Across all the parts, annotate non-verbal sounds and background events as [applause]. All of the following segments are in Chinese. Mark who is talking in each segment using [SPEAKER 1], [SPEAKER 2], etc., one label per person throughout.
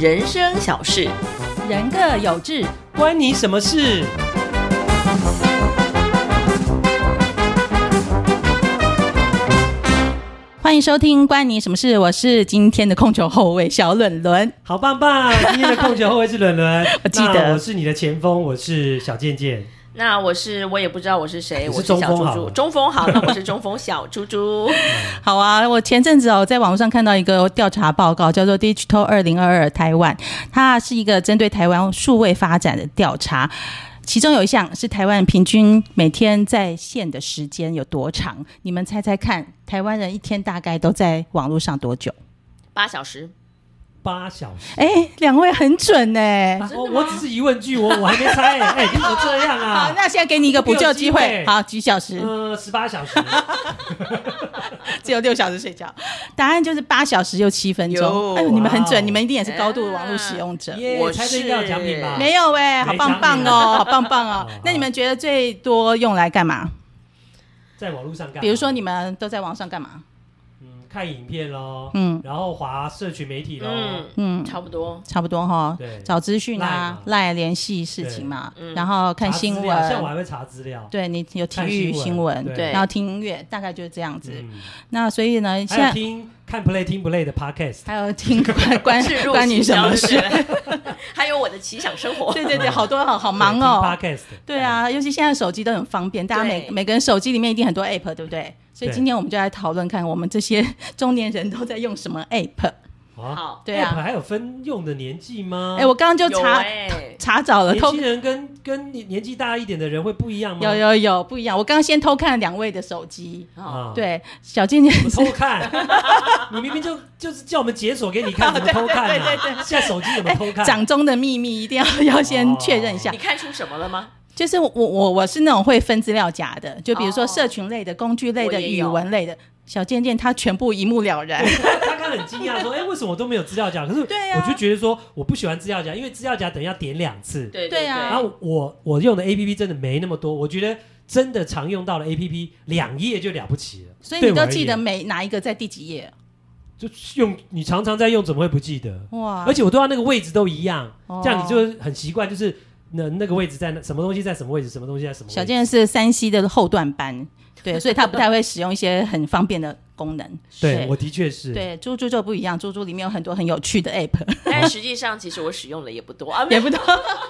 [SPEAKER 1] 人生小事，
[SPEAKER 2] 人各有志，
[SPEAKER 3] 关你什么事？
[SPEAKER 2] 欢迎收听《关你什么事》，我是今天的控球后卫小伦伦。
[SPEAKER 3] 好棒棒！今天的控球后卫是伦伦
[SPEAKER 2] [laughs] ，我记得
[SPEAKER 3] 那我是你的前锋，我是小健健。
[SPEAKER 1] 那我是我也不知道我是谁，
[SPEAKER 3] 你是
[SPEAKER 1] 我是小
[SPEAKER 3] 中锋
[SPEAKER 1] 猪
[SPEAKER 3] 好
[SPEAKER 1] 猪，
[SPEAKER 3] 了
[SPEAKER 1] 中锋好，那我是中锋小猪猪。
[SPEAKER 2] 好啊，我前阵子哦，在网络上看到一个调查报告，叫做《Digital 二零二二台湾》，它是一个针对台湾数位发展的调查。其中有一项是台湾平均每天在线的时间有多长？你们猜猜看，台湾人一天大概都在网络上多久？
[SPEAKER 1] 八小时，
[SPEAKER 3] 八小时，
[SPEAKER 2] 哎，两位很准哎、
[SPEAKER 3] 啊我我只是疑问句，我我还没猜、哎、你怎么这
[SPEAKER 2] [laughs]
[SPEAKER 3] 样
[SPEAKER 2] 好，
[SPEAKER 3] 啊？
[SPEAKER 2] 那现在给你一个补救机
[SPEAKER 3] 我有
[SPEAKER 2] 会
[SPEAKER 3] 机，会
[SPEAKER 2] 好，几小时？
[SPEAKER 3] 呃，十八小时，
[SPEAKER 2] 只有六小时睡觉，答案就是八小时又七分
[SPEAKER 1] 哟哎
[SPEAKER 2] 钟。哎呦，你们很
[SPEAKER 3] 哇哦
[SPEAKER 2] 准，你们一定也是高度网络使用者。
[SPEAKER 3] 耶
[SPEAKER 1] 我
[SPEAKER 3] 猜
[SPEAKER 1] 是
[SPEAKER 3] 对一定要有奖品吧？
[SPEAKER 2] 没有哎、好棒棒
[SPEAKER 3] 没啊 [laughs]
[SPEAKER 2] 哦，好棒棒哦
[SPEAKER 3] 好好。
[SPEAKER 2] 那你们觉得最多用来干嘛？
[SPEAKER 3] 在网络上干嘛，
[SPEAKER 2] 比如说你们都在网上干嘛？
[SPEAKER 3] 嗯看影片喽，
[SPEAKER 2] 嗯
[SPEAKER 3] 然后滑社群媒体喽，
[SPEAKER 1] 嗯，
[SPEAKER 2] 嗯，
[SPEAKER 1] 差不多。
[SPEAKER 2] 差不多哈
[SPEAKER 3] 对，
[SPEAKER 2] 找资讯啊，
[SPEAKER 3] Line
[SPEAKER 2] 赖联系事情嘛
[SPEAKER 1] 对嗯，
[SPEAKER 2] 然后
[SPEAKER 3] 查
[SPEAKER 2] 看
[SPEAKER 3] 资
[SPEAKER 2] 新
[SPEAKER 3] 料像我还
[SPEAKER 2] 闻。
[SPEAKER 3] 会查资料，
[SPEAKER 2] 对你有体
[SPEAKER 3] 看
[SPEAKER 2] 育
[SPEAKER 3] 新闻
[SPEAKER 2] 新闻，
[SPEAKER 3] 对
[SPEAKER 1] 对
[SPEAKER 2] 然后听音乐，大概就是这样子。
[SPEAKER 3] 嗯，
[SPEAKER 2] 那所以呢，现
[SPEAKER 3] 还有
[SPEAKER 2] 在
[SPEAKER 3] 听看 play 听 play 的 podcast，
[SPEAKER 2] 还有听
[SPEAKER 1] [laughs]
[SPEAKER 2] 关
[SPEAKER 1] 置
[SPEAKER 2] 关
[SPEAKER 1] 入
[SPEAKER 2] 关你什么
[SPEAKER 1] 行
[SPEAKER 2] 事？
[SPEAKER 1] 销就对了还有我的奇想生活。
[SPEAKER 2] 对对对，好多好好忙哦。
[SPEAKER 3] 对听 podcast，
[SPEAKER 2] 对
[SPEAKER 3] 嗯
[SPEAKER 2] 啊，尤其现在手机都很方便，大家每
[SPEAKER 1] 对
[SPEAKER 2] 每个人手机里面一定很多 app，对不对？所以今天我们就来讨论看，我们这些中年人都在用什么 app。
[SPEAKER 3] 啊，
[SPEAKER 1] 好，
[SPEAKER 2] 对啊
[SPEAKER 3] App 还有分用的年纪吗？
[SPEAKER 2] 哎、我刚刚就
[SPEAKER 1] 有
[SPEAKER 2] 查、
[SPEAKER 1] 哎
[SPEAKER 2] 查找了，
[SPEAKER 3] 嗯欸年
[SPEAKER 2] 偷
[SPEAKER 3] 轻人跟跟年年纪大一点的人会不一样吗？
[SPEAKER 2] 有有有不一样。我刚刚先偷看了两位的手机，
[SPEAKER 1] 哦，
[SPEAKER 2] 对，小静静
[SPEAKER 3] 我
[SPEAKER 2] 是
[SPEAKER 3] 啊偷看， [laughs] 你明明就就是叫我们解锁给你看，怎么偷看呢、
[SPEAKER 2] 哦对对对哎
[SPEAKER 3] 现在手机怎么偷看？
[SPEAKER 2] 掌中的秘密，一定要要先确认一下。
[SPEAKER 1] 你看出什么了吗？
[SPEAKER 2] 就是我我我是那种会分资料夹的，就比如
[SPEAKER 1] 哦
[SPEAKER 2] 说社群类的、工具类
[SPEAKER 1] 我
[SPEAKER 2] 的、
[SPEAKER 1] 也
[SPEAKER 2] 语
[SPEAKER 1] 有
[SPEAKER 2] 文类的，小贱贱她全部一目了然。
[SPEAKER 3] 他刚很惊
[SPEAKER 2] [laughs]
[SPEAKER 3] 讶说：“哎、为什么我都没有资料夹？”可是
[SPEAKER 2] 对啊
[SPEAKER 3] 我就觉得说，我不喜欢资料夹，因为资料夹等一下点两次。
[SPEAKER 1] 对
[SPEAKER 2] 对啊
[SPEAKER 3] 然后我我用的 A P P 真的没那么多，我觉得真的常用到的 A P P 两页就了不起了。
[SPEAKER 2] 所以你
[SPEAKER 3] 对我
[SPEAKER 2] 都
[SPEAKER 3] 而
[SPEAKER 2] 记得
[SPEAKER 3] 言
[SPEAKER 2] 每哪一个在第几页？
[SPEAKER 3] 就用你常常在用，怎么会不记得？
[SPEAKER 2] 哇
[SPEAKER 3] 而！且我都要那个位置都一样，
[SPEAKER 2] 哦
[SPEAKER 3] 这样你就很习惯，就是那那个位置在那，什么东西在什么位置，什么东西在什么位置。
[SPEAKER 2] 小健是山西的后段班，对，所以他不太会使用一些很方便的功能。
[SPEAKER 3] 对，我的确是。
[SPEAKER 2] 对，猪猪就不一样，猪猪里面有很多很有趣的 app，
[SPEAKER 1] 但实际上，其实我使用的也不多啊，没
[SPEAKER 2] 也
[SPEAKER 1] 有
[SPEAKER 2] 不多。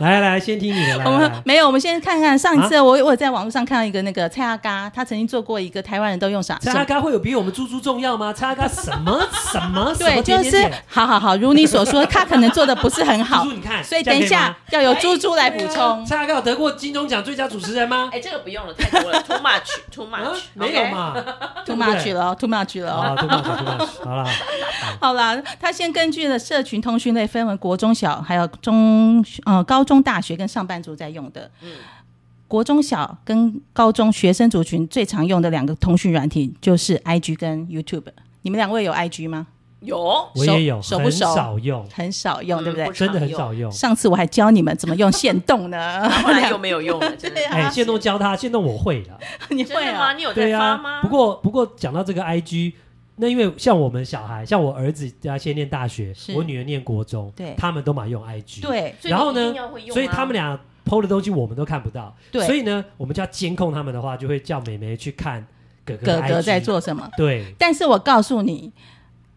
[SPEAKER 3] 来来来，先听你的，来
[SPEAKER 2] 我
[SPEAKER 3] 来
[SPEAKER 2] 们
[SPEAKER 3] 来。
[SPEAKER 2] 没有，我们先看看上一次我、我有在网络上看到一个那个蔡阿嘎，他曾经做过一个台湾人都用啥？
[SPEAKER 3] 蔡阿嘎会有比我们猪猪重要吗？蔡阿嘎什么什么
[SPEAKER 2] [laughs]
[SPEAKER 3] 什
[SPEAKER 2] 对，
[SPEAKER 3] 么
[SPEAKER 2] 就
[SPEAKER 3] 点点
[SPEAKER 2] 是
[SPEAKER 3] 点
[SPEAKER 2] 好好好，如你所说，他可能做的不是很好
[SPEAKER 3] 猪猪，你看，
[SPEAKER 2] 所以
[SPEAKER 3] 这
[SPEAKER 2] 等
[SPEAKER 3] 样
[SPEAKER 2] 一
[SPEAKER 3] 可吗
[SPEAKER 2] 下要由猪猪来补充。
[SPEAKER 3] 蔡阿嘎有得过金钟奖最佳主持人吗？
[SPEAKER 1] 哎，这个不用了，太多了，too much，too
[SPEAKER 3] 啊
[SPEAKER 2] 哎
[SPEAKER 1] much，，
[SPEAKER 3] 没有？嘛。
[SPEAKER 2] too
[SPEAKER 3] 对啊不对
[SPEAKER 2] much 了哦，too much 了哦。
[SPEAKER 3] 好了，too much too much，好了，
[SPEAKER 2] [laughs] 好啦，他先根据了社群通讯类分为国中小，还有中呃高中、大学跟上班族在用的。
[SPEAKER 1] 嗯
[SPEAKER 2] 国中小跟高中学生族群最常用的两个通讯软体就是 IG 跟 YouTube。你们两位有 IG 吗？
[SPEAKER 1] 有，
[SPEAKER 3] 我也有，
[SPEAKER 2] 熟不
[SPEAKER 3] 很
[SPEAKER 2] 熟
[SPEAKER 3] 少用，
[SPEAKER 2] 很少用，
[SPEAKER 1] 嗯
[SPEAKER 2] 对不对？
[SPEAKER 3] 真的很少用。
[SPEAKER 2] 上次我还教你们怎么用线动
[SPEAKER 3] [laughs]
[SPEAKER 2] 呢， [laughs]
[SPEAKER 1] 后来又没有用了，真的
[SPEAKER 2] 对。啊
[SPEAKER 3] 哎，现动教他，现动我会了。
[SPEAKER 2] 你
[SPEAKER 1] 真
[SPEAKER 2] 会
[SPEAKER 1] 的
[SPEAKER 2] 啊
[SPEAKER 1] 吗？？你有在
[SPEAKER 3] 对
[SPEAKER 1] 发
[SPEAKER 3] 啊
[SPEAKER 1] 吗？，
[SPEAKER 3] 不过不过讲到这个 IG，那因为像我们小孩，像我儿子他先念大学
[SPEAKER 2] 是，
[SPEAKER 3] 我女儿念国中，
[SPEAKER 2] 对
[SPEAKER 3] 他们都蛮用 IG，
[SPEAKER 2] 对
[SPEAKER 1] 所以
[SPEAKER 3] 然后
[SPEAKER 1] 你一
[SPEAKER 3] 呢
[SPEAKER 1] 定要会用啊，
[SPEAKER 3] 所以他们俩 PO 的东西我们都看不到，
[SPEAKER 2] 对
[SPEAKER 3] 所以呢，我们就要监控他们的话，就会叫美眉去看哥哥
[SPEAKER 2] 哥
[SPEAKER 3] 的 IG,
[SPEAKER 2] 哥在，做什么？
[SPEAKER 3] 对，
[SPEAKER 2] 但是我告诉你，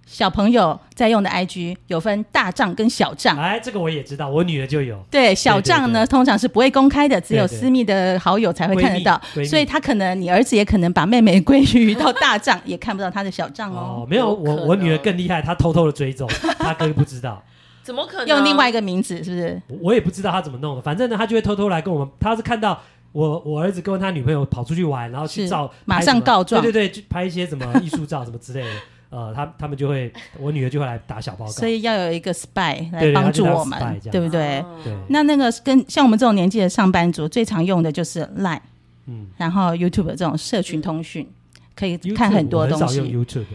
[SPEAKER 2] 小朋友在用的 IG 有分大账跟小账。
[SPEAKER 3] 哎，这个我也知道，我女儿就有，
[SPEAKER 2] 对，小账呢通常是不会公开的，只有
[SPEAKER 3] 对对
[SPEAKER 2] 私密的好友才会看得到
[SPEAKER 3] 闺蜜闺，蜜
[SPEAKER 2] 所以他可能你儿子也可能把妹妹归于到大账，也看不到他的小账哦。
[SPEAKER 3] 没有，
[SPEAKER 1] 有可
[SPEAKER 3] 我
[SPEAKER 1] 能
[SPEAKER 3] 我女儿更厉害，她偷偷的追踪，她哥不知道，
[SPEAKER 1] 怎么
[SPEAKER 3] 哦
[SPEAKER 1] 可能
[SPEAKER 2] 用另外一个名字是不是？
[SPEAKER 3] 我也不知道她怎么弄的，反正呢，她就会偷偷来跟我们，她是看到。我我儿子跟他女朋友跑出去玩，然后去
[SPEAKER 2] 是
[SPEAKER 3] 照，
[SPEAKER 2] 马上告状
[SPEAKER 3] 对对对，去拍一些什么艺术照什么之类的，呃，他他们就会，我女儿就会来打小报告，
[SPEAKER 2] 所以要有一个 spy 来
[SPEAKER 3] 对
[SPEAKER 2] 帮助
[SPEAKER 3] 要有
[SPEAKER 2] 我
[SPEAKER 3] 一个 spy 哦
[SPEAKER 2] 们
[SPEAKER 3] 这，样
[SPEAKER 2] 对不对？
[SPEAKER 1] 哦
[SPEAKER 3] 对
[SPEAKER 2] 那那个跟像我们这种年纪的上班族，最常用的就是 Line，
[SPEAKER 3] 嗯，
[SPEAKER 2] 然后 YouTube 这种社群通讯，可以
[SPEAKER 3] YouTube
[SPEAKER 2] 看很多东
[SPEAKER 3] 我很少
[SPEAKER 2] 西。啊
[SPEAKER 3] 用 YouTube，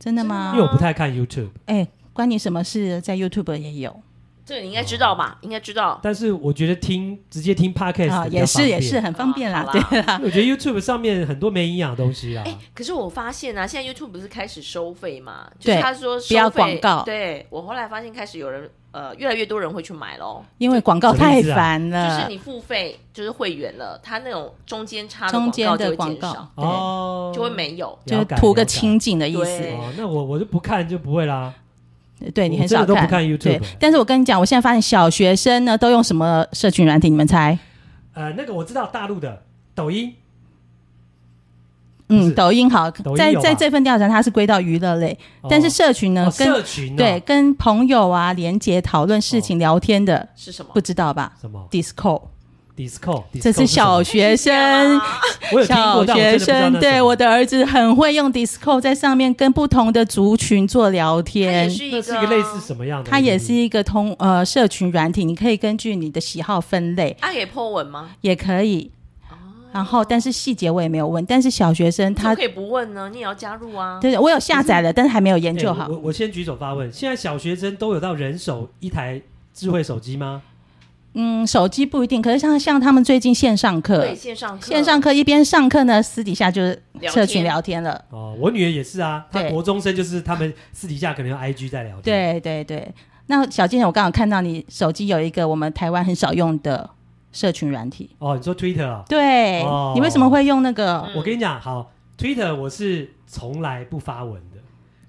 [SPEAKER 2] 真的
[SPEAKER 3] 因
[SPEAKER 2] 吗
[SPEAKER 3] 为？我不太看 YouTube。
[SPEAKER 2] 哎，关你什么事？在 YouTube 也有
[SPEAKER 1] 这个你应该知道
[SPEAKER 3] 哦
[SPEAKER 1] 吧？应该知道。
[SPEAKER 3] 但是我觉得听直接听 podcast
[SPEAKER 2] 啊，
[SPEAKER 3] 的比较
[SPEAKER 2] 也是
[SPEAKER 3] 方
[SPEAKER 2] 也
[SPEAKER 3] 便
[SPEAKER 2] 是，很方便啦
[SPEAKER 1] 啊，好啦
[SPEAKER 2] 对啦。
[SPEAKER 3] 我觉得 YouTube 上面很多没营养的东西啦。啊
[SPEAKER 1] 哎，可是我发现啊，现在 YouTube 不是开始收费嘛？就
[SPEAKER 2] 对
[SPEAKER 1] 是他说收费
[SPEAKER 2] 不要广告
[SPEAKER 1] 对我后来发现开始有人呃越来越多人会去买喽。
[SPEAKER 2] 因为广告
[SPEAKER 3] 什么
[SPEAKER 2] 太
[SPEAKER 3] 意思啊
[SPEAKER 2] 烦
[SPEAKER 1] 就
[SPEAKER 2] 了，
[SPEAKER 1] 是你付费就是会员了，它那种中间插的
[SPEAKER 2] 中
[SPEAKER 1] 广
[SPEAKER 2] 间
[SPEAKER 1] 告
[SPEAKER 2] 的
[SPEAKER 1] 就会
[SPEAKER 2] 广
[SPEAKER 1] 减
[SPEAKER 2] 告
[SPEAKER 1] 少，，
[SPEAKER 2] 对，
[SPEAKER 3] 哦，
[SPEAKER 1] 就会没有。
[SPEAKER 2] 就是
[SPEAKER 3] 了解
[SPEAKER 2] 图个
[SPEAKER 3] 了解
[SPEAKER 2] 清净的意
[SPEAKER 1] 对
[SPEAKER 2] 思。
[SPEAKER 3] 哦，那我我就不看就不会啦。
[SPEAKER 2] 对你很少
[SPEAKER 3] 我真的都不看 YouTube
[SPEAKER 2] 对，但是我跟你讲，我现在发现小学生呢都用什么社群软体？你们猜？
[SPEAKER 3] 呃，那个我知道大陆的抖音，不
[SPEAKER 2] 嗯，
[SPEAKER 3] 是
[SPEAKER 2] 抖音好，
[SPEAKER 3] 抖音
[SPEAKER 2] 在
[SPEAKER 3] 有吧
[SPEAKER 2] 在这份调查它是归到娱乐类，
[SPEAKER 3] 哦
[SPEAKER 2] 但是社群呢
[SPEAKER 3] 哦
[SPEAKER 2] 跟
[SPEAKER 3] 社群哦
[SPEAKER 2] 对跟朋友啊连接讨论事情、聊天的，
[SPEAKER 1] 是什么
[SPEAKER 2] 不？知道吧
[SPEAKER 3] 什么
[SPEAKER 2] ？Disco，
[SPEAKER 3] disco，
[SPEAKER 2] 这是小学生。
[SPEAKER 1] 啊
[SPEAKER 3] 我有听
[SPEAKER 2] 小
[SPEAKER 3] 过，但我
[SPEAKER 2] 学
[SPEAKER 3] 真的
[SPEAKER 2] 生
[SPEAKER 3] 不知道那是什
[SPEAKER 2] 对
[SPEAKER 3] 么
[SPEAKER 2] 我的儿子很会用 Disco 在上面跟不同的族群做聊
[SPEAKER 1] 它也
[SPEAKER 2] 天，
[SPEAKER 1] 是一
[SPEAKER 3] 那
[SPEAKER 1] 个
[SPEAKER 3] 是一个类似什么样的？
[SPEAKER 2] 它也是一个通呃社群软体，你可以根据你的喜好分类，
[SPEAKER 1] 它也 po 文吗？
[SPEAKER 2] 也可以。啊然后，但是细节我也没有问，但是小学生
[SPEAKER 1] 他
[SPEAKER 2] 他
[SPEAKER 1] 可以不问呢，你也要加入啊。
[SPEAKER 2] 对我有下载了，但是还没有研究
[SPEAKER 3] 哎
[SPEAKER 2] 好
[SPEAKER 3] 我。我我先举手发问，现在小学生都有到人手一台智慧手机吗？
[SPEAKER 2] 嗯，手机不一定，可是像像他们最近线上课
[SPEAKER 1] 对，，线上课
[SPEAKER 2] 线上课一边上课呢，私底下就是社群聊天了。
[SPEAKER 3] 哦，我女儿也是啊，她
[SPEAKER 2] 对
[SPEAKER 3] 国中生就是他们私底下可能用 IG 在聊天。
[SPEAKER 2] 对对对，那小金人，我刚好看到你手机有一个我们台湾很少用的社群软体，
[SPEAKER 3] 哦，你说 Twitter 啊？
[SPEAKER 2] 对、
[SPEAKER 3] 哦
[SPEAKER 2] 你为什么会用那个？
[SPEAKER 1] 嗯
[SPEAKER 3] 我跟你讲，好，Twitter 我是从来不发文的。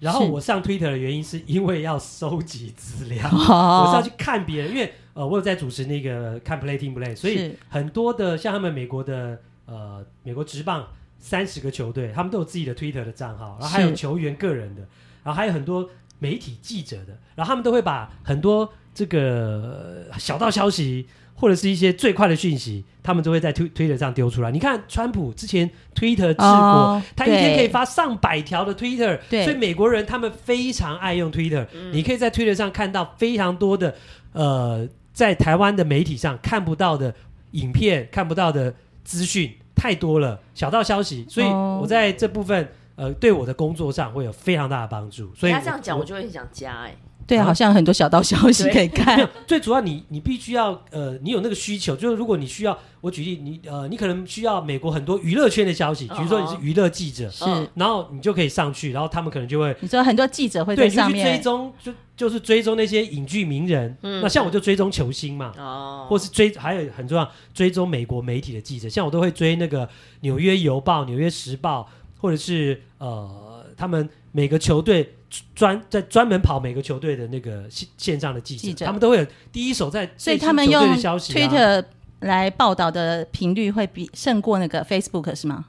[SPEAKER 3] 然后
[SPEAKER 2] 是
[SPEAKER 3] 我上 Twitter 的原因是因为要收集资料，我是要
[SPEAKER 2] 哦
[SPEAKER 3] 去看别人，因为呃，我有在主持那个看 Play Team Play，所以
[SPEAKER 2] 是
[SPEAKER 3] 很多的像他们美国的呃美国职棒三十个球队，他们都有自己的 Twitter 的账号，然后还有
[SPEAKER 2] 是
[SPEAKER 3] 球员个人的，然后还有很多媒体记者的，然后他们都会把很多这个呃小道消息或者是一些最快的讯息，他们都会在推推特上丢出来。你看川普之前 Twitter 治国，
[SPEAKER 2] 哦
[SPEAKER 3] 他一天
[SPEAKER 2] 对
[SPEAKER 3] 可以发上百条的 Twitter，
[SPEAKER 2] 对
[SPEAKER 3] 所以美国人他们非常爱用 Twitter，、你
[SPEAKER 1] 嗯
[SPEAKER 3] 可以在 Twitter 上看到非常多的呃，在台湾的媒体上看不到的影片、看不到的资讯太多了，小道消息，所以
[SPEAKER 2] 哦
[SPEAKER 3] 我在这部分。呃，对我的工作上会有非常大的帮助，所以
[SPEAKER 1] 他这样讲，我
[SPEAKER 3] 我
[SPEAKER 1] 就会很想加哎。
[SPEAKER 2] 对，
[SPEAKER 3] 啊
[SPEAKER 2] 好像有很多小道消息可以
[SPEAKER 3] 没
[SPEAKER 2] 看
[SPEAKER 3] 有，最主要你你必须要呃，你有那个需求，就是如果你需要，我举例，你呃，你可能需要美国很多娱乐圈的消
[SPEAKER 1] 哦
[SPEAKER 3] 息，比如说 [laughs] 你是娱乐记者，
[SPEAKER 2] 是。
[SPEAKER 1] 嗯
[SPEAKER 3] 然后你就可以上去，然后他们可能就会
[SPEAKER 2] 你知道很多记者会
[SPEAKER 3] 对
[SPEAKER 2] 在
[SPEAKER 3] 你就
[SPEAKER 2] 上
[SPEAKER 3] 去追
[SPEAKER 2] 面，
[SPEAKER 3] 踪，就就是追踪那些影剧名人，
[SPEAKER 1] 嗯
[SPEAKER 3] 那像我就追踪球星嘛，
[SPEAKER 1] 哦，
[SPEAKER 3] 或是追还有很重要追踪美国媒体的记者，像我都会追那个《纽约邮报》《纽约时报》，或者是呃他们每个球队专在专门跑每个球队的那个线线上的记者，
[SPEAKER 2] 记者
[SPEAKER 3] 他们都会有第一手在
[SPEAKER 2] 所以
[SPEAKER 3] 最新
[SPEAKER 2] 他们
[SPEAKER 3] 球队
[SPEAKER 2] 用
[SPEAKER 3] 的消息、啊、
[SPEAKER 2] Twitter 来报道的频率会比胜过那个 Facebook 是吗？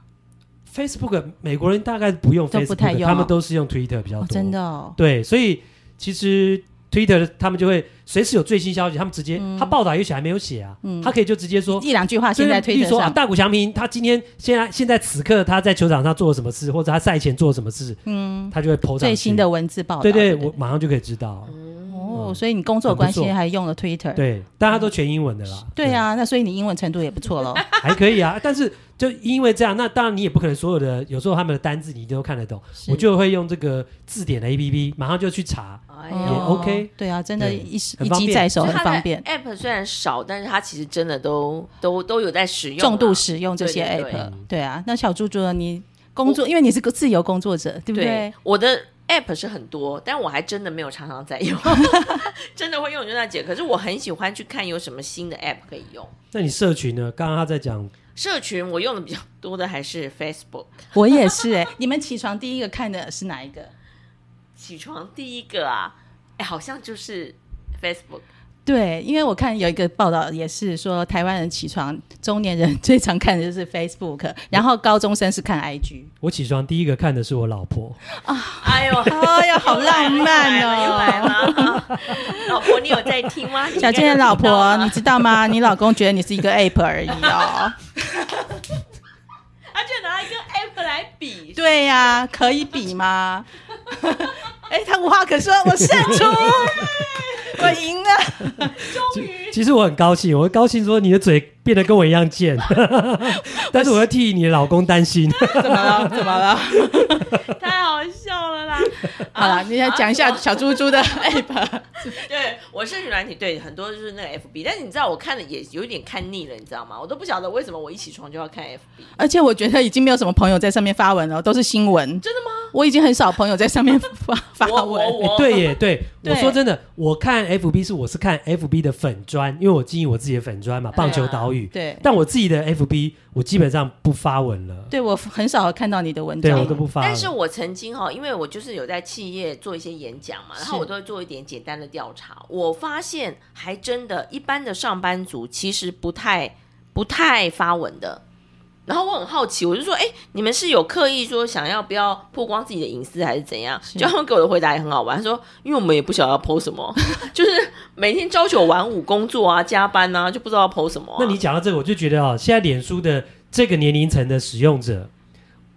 [SPEAKER 3] Facebook 美国人大概不用
[SPEAKER 2] 都
[SPEAKER 3] Facebook，
[SPEAKER 2] 不太用
[SPEAKER 3] 他们都是用 Twitter 比较多，
[SPEAKER 2] 哦，真的哦，
[SPEAKER 3] 对，所以其实 Twitter 他们就会随时有最新消息，他们直接、他报道也许还没有写啊，他可以就直接说。
[SPEAKER 2] 一两句话
[SPEAKER 3] 就
[SPEAKER 2] 嗯现在
[SPEAKER 3] 是例如
[SPEAKER 2] Twitter
[SPEAKER 3] 说啊，
[SPEAKER 2] 上，
[SPEAKER 3] 大谷翔平他今天现在现在此刻他在球场上做了什么事，或者他赛前做了什么事，
[SPEAKER 2] 嗯，
[SPEAKER 3] 他就会 PO 上去
[SPEAKER 2] 最新的文字报道，
[SPEAKER 3] 对对，
[SPEAKER 2] 对
[SPEAKER 3] 我马上就可以知道。
[SPEAKER 2] 哦，所以你工作的关
[SPEAKER 3] 很
[SPEAKER 2] 系
[SPEAKER 3] 不错
[SPEAKER 2] 还用了 Twitter，
[SPEAKER 3] 对，但他都全英文的啦。
[SPEAKER 2] 对，啊，那所以你英文程度也不错喽。
[SPEAKER 3] 还可以啊。但是就因为这样，那当然你也不可能所有的，有时候他们的单字你一定都看得懂。
[SPEAKER 2] 是
[SPEAKER 3] 我就会用这个字典的 APP，马上就去查。
[SPEAKER 1] [laughs] 哎
[SPEAKER 2] 哦
[SPEAKER 1] 呀
[SPEAKER 3] 也 OK
[SPEAKER 2] 对啊，真的，
[SPEAKER 3] 对
[SPEAKER 2] 一时
[SPEAKER 3] 很
[SPEAKER 2] 一
[SPEAKER 3] 方
[SPEAKER 2] 机
[SPEAKER 3] 便
[SPEAKER 2] 在手
[SPEAKER 1] 就
[SPEAKER 2] 很
[SPEAKER 1] 是它的
[SPEAKER 2] 方便，
[SPEAKER 1] App 虽然少，但是它其实真的都都都有在使用啦，啊
[SPEAKER 2] 重度使用这些
[SPEAKER 1] 对对对
[SPEAKER 2] app。对啊，那小猪猪呢你工作，因为你是个自由工作者，对不对？
[SPEAKER 1] 我的 app 是很多，但我还真的没有常常在
[SPEAKER 2] [laughs]
[SPEAKER 1] 用， [laughs] 真的会用就那姐。可是我很喜欢去看有什么新的 app 可以用。
[SPEAKER 3] 那你社群呢？刚刚他在讲，
[SPEAKER 1] 社群我用的比较多的还是 Facebook。
[SPEAKER 2] [laughs] 我也是哎，你们起床第一个看的是哪一个？
[SPEAKER 1] 起床第一个啊，哎，好像就是 Facebook。
[SPEAKER 2] 对，因为我看有一个报道，也是说台湾人起床，中年人最常看的就是 Facebook，然后高中生是看 IG。
[SPEAKER 3] 我起床第一个看的是我老婆。
[SPEAKER 1] 哎呦，
[SPEAKER 2] 哎呦， [laughs] 好浪漫
[SPEAKER 1] 又来
[SPEAKER 2] 哦！
[SPEAKER 1] 了，又来了老婆，你有在听
[SPEAKER 2] [laughs]
[SPEAKER 1] 吗？
[SPEAKER 2] 小
[SPEAKER 1] 健
[SPEAKER 2] 健的老
[SPEAKER 1] 啊
[SPEAKER 2] 婆，你知道吗？你老公觉得你是一个 app 而已哦。
[SPEAKER 1] 他就拿一个 app 来比，[laughs]
[SPEAKER 2] [laughs] 对呀、可以比吗？ [laughs] 哎、他无话可说，我胜出， [laughs] 我赢了。
[SPEAKER 1] 终于
[SPEAKER 3] 其实我很高兴，我高兴说你的嘴变得跟我一样贱，但是我要替你的老公担心。
[SPEAKER 2] [laughs] 怎么了？怎么了？
[SPEAKER 1] 太好笑了啦！
[SPEAKER 2] [laughs] 好了，你要讲一下小猪猪的 app。
[SPEAKER 1] [laughs] 对我社群软体，对很多就是那个 FB，但是你知道我看的也有一点看腻了，你知道吗？我都不晓得为什么我一起床就要看 FB，
[SPEAKER 2] 而且我觉得已经没有什么朋友在上面发文了，都是新闻。
[SPEAKER 3] 啊
[SPEAKER 1] 真的吗？
[SPEAKER 2] 我已经很少朋友在上面
[SPEAKER 3] [laughs]
[SPEAKER 2] 发发
[SPEAKER 1] 我
[SPEAKER 2] 文。
[SPEAKER 1] 我我
[SPEAKER 3] 哎，对耶，对，
[SPEAKER 2] 对
[SPEAKER 3] 我说真的，我看 FB 是我是看 FB 的粉砖，因为我经营我自己的粉砖嘛，棒球岛屿。
[SPEAKER 2] 对
[SPEAKER 3] 但我自己的 FB 我基本上不发文了，
[SPEAKER 2] 对，我很少看到你的文
[SPEAKER 3] 对
[SPEAKER 2] 章
[SPEAKER 3] 我。都不发了。
[SPEAKER 1] 但是我曾经哈，因为我就是有在企业做一些演讲嘛，然后
[SPEAKER 2] 是
[SPEAKER 1] 我都会做一点简单的调查，我发现还真的，一般的上班族其实不太不太发文的。然后我很好奇，我就说，哎，你们是有刻意说想要不要曝光自己的隐私，还是怎样？
[SPEAKER 2] 是
[SPEAKER 1] 就他们给我的回答也很好玩，他说，因为我们也不晓得要 PO 什么， [laughs] 就是每天朝九晚五工作啊，加班啊，就不知道要 PO 什么啊、
[SPEAKER 3] 那你讲到这个，我就觉得啊，现在脸书的这个年龄层的使用者，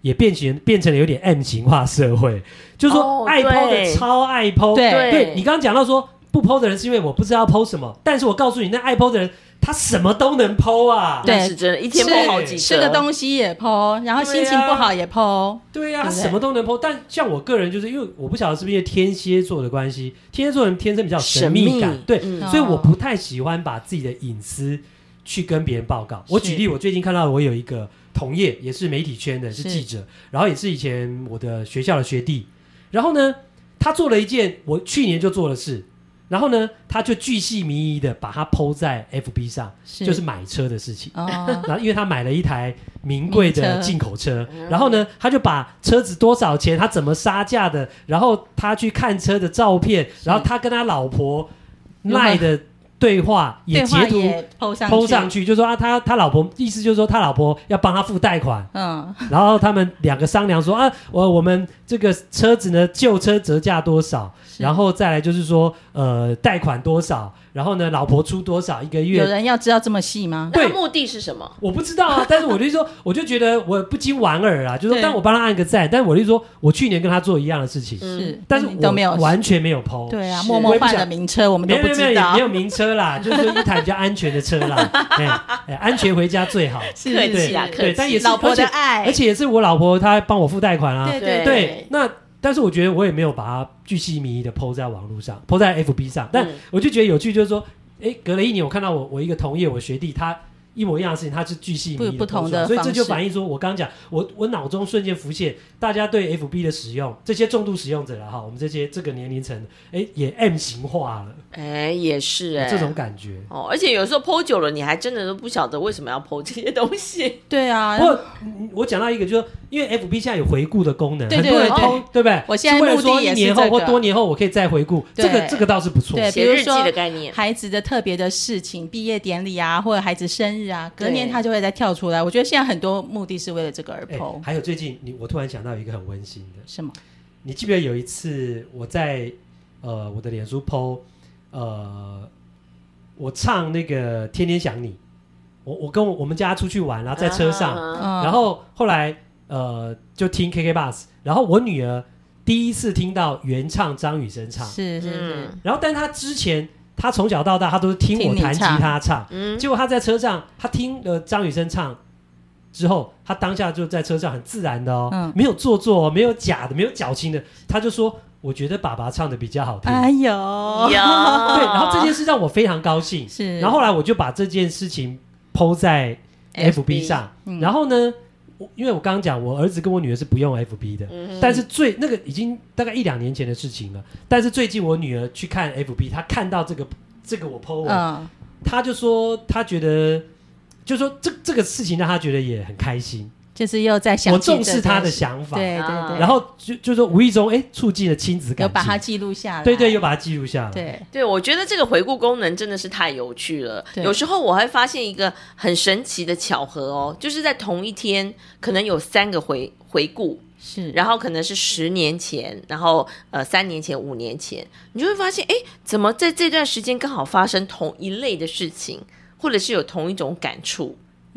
[SPEAKER 3] 也变形变成了有点 M 型化社会，就是说
[SPEAKER 1] 哦
[SPEAKER 3] 爱剖的
[SPEAKER 1] 对
[SPEAKER 3] 超爱剖。
[SPEAKER 2] 对
[SPEAKER 3] 对你刚刚讲到说不剖的人是因为我不知道剖什么，但是我告诉你，那爱剖的人他什么都能剖啊。
[SPEAKER 2] 对
[SPEAKER 1] 那是真的，一天 PO 好几
[SPEAKER 2] 吃
[SPEAKER 1] 个
[SPEAKER 2] 个东西也剖，然后心情不好也剖，
[SPEAKER 3] 对
[SPEAKER 2] 对
[SPEAKER 3] 啊呀、他
[SPEAKER 2] 不对
[SPEAKER 3] 什么都能剖。但像我个人，就是因为我不晓得是不是因为天蝎座的关系，天蝎座人天生比较有神秘感，对，
[SPEAKER 1] 嗯
[SPEAKER 2] 哦
[SPEAKER 3] 所以我不太喜欢把自己的隐私去跟别人报告。我
[SPEAKER 2] 是
[SPEAKER 3] 举例，我最近看到我有一个同业，也是媒体圈的，是
[SPEAKER 2] 是
[SPEAKER 3] 记者，然后也是以前我的学校的学弟。然后呢，他做了一件我去年就做的事，然后呢，他就巨细靡遗的把它抛在 FB 上，
[SPEAKER 2] 是
[SPEAKER 3] 就是买车的事情。
[SPEAKER 2] 哦，
[SPEAKER 3] 然后，因为他买了一台名贵
[SPEAKER 2] 名
[SPEAKER 3] 的
[SPEAKER 2] 车
[SPEAKER 3] 进口车，
[SPEAKER 1] 嗯
[SPEAKER 3] 然后呢，他就把车子多少钱，他怎么杀价的，然后他去看车的照片，然后他跟他老婆
[SPEAKER 2] 如何
[SPEAKER 3] 赖的对话 [laughs] 也
[SPEAKER 2] 对
[SPEAKER 3] 截
[SPEAKER 2] 话
[SPEAKER 3] 图
[SPEAKER 2] 也剖上
[SPEAKER 3] 抛上
[SPEAKER 2] 去，
[SPEAKER 3] 去，就说啊，他他老婆意思就是说他老婆要帮他付贷款，
[SPEAKER 2] 嗯，
[SPEAKER 3] 然后他们两个商量说啊，我我们这个车子呢，旧车折价多少，
[SPEAKER 2] 是
[SPEAKER 3] 然后再来就是说呃贷款多少，然后呢老婆出多少一个月
[SPEAKER 2] 有人要知道这么细吗？
[SPEAKER 1] 那
[SPEAKER 3] 对
[SPEAKER 1] 目的是什么？
[SPEAKER 3] 我不知道啊，但是我就说，我就觉得我不禁莞尔啊，就说，
[SPEAKER 2] 对
[SPEAKER 3] 但我帮他按个赞，但我就说我去年跟他做一样的事情，
[SPEAKER 1] 嗯
[SPEAKER 2] 是，
[SPEAKER 3] 但是
[SPEAKER 2] 你
[SPEAKER 3] 我
[SPEAKER 2] 都没有，
[SPEAKER 3] 完全没有抛，
[SPEAKER 2] 对啊，
[SPEAKER 1] 是
[SPEAKER 2] 默
[SPEAKER 3] 我
[SPEAKER 2] 默
[SPEAKER 3] 也不
[SPEAKER 2] 换
[SPEAKER 3] 想
[SPEAKER 2] 了名车，我们
[SPEAKER 3] 没
[SPEAKER 2] 都
[SPEAKER 3] 有
[SPEAKER 2] 不
[SPEAKER 3] 没有没有
[SPEAKER 2] 知
[SPEAKER 3] 也
[SPEAKER 2] 道
[SPEAKER 3] 没，有名
[SPEAKER 2] [laughs]
[SPEAKER 3] 车啦，就是一台比较安全的车啦，哎哎，安全回家最好，
[SPEAKER 2] 是
[SPEAKER 1] 客
[SPEAKER 3] 气
[SPEAKER 1] 啦
[SPEAKER 2] 是
[SPEAKER 1] 客
[SPEAKER 3] 对，但也是
[SPEAKER 2] 老婆的
[SPEAKER 3] 而且
[SPEAKER 2] 爱，
[SPEAKER 3] 而且也是我老婆她帮我付贷款啊，
[SPEAKER 2] 对
[SPEAKER 1] 对
[SPEAKER 3] 对，那但是我觉得我也没有把它巨细靡遗的抛在网络上，抛在 FB 上，但
[SPEAKER 1] 嗯
[SPEAKER 3] 我就觉得有趣，就是说，哎，隔了一年，我看到我我一个同业，我学弟他。一模一样的事情，他是巨细靡遗地
[SPEAKER 2] 不不同
[SPEAKER 3] 抛出来
[SPEAKER 2] 的
[SPEAKER 3] 所以这
[SPEAKER 2] 方
[SPEAKER 3] 就
[SPEAKER 2] 式
[SPEAKER 3] 反映说，我刚讲，我我脑中瞬间浮现，大家对 FB 的使用，这些重度使用者了哈，我们这些这个年龄层，哎，也 M 型化了，
[SPEAKER 1] 哎，也是
[SPEAKER 3] 有
[SPEAKER 1] 哎，
[SPEAKER 3] 啊这种感觉。
[SPEAKER 1] 哦，而且有时候剖久了，你还真的都不晓得为什么要剖这些东西。
[SPEAKER 2] 对啊
[SPEAKER 3] 不，过嗯我讲到一个，就是说因为 FB 现在有回顾的功能，
[SPEAKER 2] 对哦
[SPEAKER 3] 很多人
[SPEAKER 1] 对
[SPEAKER 3] 偷，对不对？
[SPEAKER 2] 我现在
[SPEAKER 3] 是为了
[SPEAKER 2] 目的
[SPEAKER 3] 说
[SPEAKER 2] 也是
[SPEAKER 3] 一年后
[SPEAKER 2] 这
[SPEAKER 3] 或
[SPEAKER 2] 个
[SPEAKER 3] 多年后我可以再回顾，
[SPEAKER 2] 对
[SPEAKER 3] 这个这个倒是不错。
[SPEAKER 2] 对
[SPEAKER 1] 写
[SPEAKER 2] 比如
[SPEAKER 1] 日记
[SPEAKER 2] 说
[SPEAKER 1] 的概念，
[SPEAKER 2] 孩子的特别的事情，毕业典礼啊，或者孩子生日啊，隔
[SPEAKER 1] 对
[SPEAKER 2] 年他就会再跳出来。我觉得现在很多目的是为了这个而
[SPEAKER 3] 哎
[SPEAKER 2] 剖，，
[SPEAKER 3] 还有最近你，我突然想到一个很温馨的，
[SPEAKER 2] 是吗？
[SPEAKER 3] 你记不记得有一次我在呃我的脸书 PO，呃，我唱那个《天天想你》，我我跟我我们家出去玩，然后在车上，
[SPEAKER 1] 啊
[SPEAKER 2] 嗯，
[SPEAKER 3] 然后后来呃就听 KK Bus，然后我女儿第一次听到原唱张雨生唱，
[SPEAKER 2] 是是
[SPEAKER 1] 嗯
[SPEAKER 2] 是，
[SPEAKER 3] 然后但她之前她从小到大她都是听
[SPEAKER 2] 听
[SPEAKER 3] 我
[SPEAKER 2] 你
[SPEAKER 3] 弹吉
[SPEAKER 2] 唱
[SPEAKER 3] 他唱。
[SPEAKER 1] 嗯，
[SPEAKER 3] 结果他在车上，他听了张雨生唱之后，他当下就在车上很自然的哦，
[SPEAKER 2] 嗯
[SPEAKER 3] 没有做作、哦，没有假的，没有矫情的，他就说：“我觉得爸爸唱的比较好听。
[SPEAKER 2] 哎呦，
[SPEAKER 1] 有对，
[SPEAKER 3] 对，然
[SPEAKER 1] 然
[SPEAKER 3] 后这件事让我非常高
[SPEAKER 2] [laughs]
[SPEAKER 3] 兴。
[SPEAKER 2] 是，
[SPEAKER 3] 然后后来我就把这件事情抛在 FB 上，
[SPEAKER 2] 嗯
[SPEAKER 3] 然后呢，我因为我刚刚讲，我儿子跟我女儿是不用 FB 的，
[SPEAKER 1] 嗯
[SPEAKER 3] 但是最那个已经大概一两年前的事情了。但是最近我女儿去看 FB，她看到这个这个我 PO 文，
[SPEAKER 2] 嗯，
[SPEAKER 3] 他就说他觉得，就说这这个事情让他觉得也很开心，
[SPEAKER 2] 就是又在想
[SPEAKER 3] 我
[SPEAKER 2] 起这
[SPEAKER 3] 重
[SPEAKER 2] 件事，
[SPEAKER 3] 视他的想法，
[SPEAKER 2] 对对
[SPEAKER 1] 啊
[SPEAKER 2] 对，
[SPEAKER 3] 然后就就说无意中哎促进了亲子感
[SPEAKER 2] 有
[SPEAKER 3] 情，
[SPEAKER 2] 把它记录下来，
[SPEAKER 3] 对对，又把它记录下来，
[SPEAKER 2] 对
[SPEAKER 1] 对，我觉得这个回顾功能真的是太有趣了。
[SPEAKER 2] 对
[SPEAKER 1] 有时候我会发现一个很神奇的巧合哦，就是在同一天，可能有三个回回顾，
[SPEAKER 2] 是，
[SPEAKER 1] 然后可能是十年前，然后呃三年前、五年前，你就会发现，哎，怎么在这段时间刚好发生同一类的事情，或者是有同一种感触？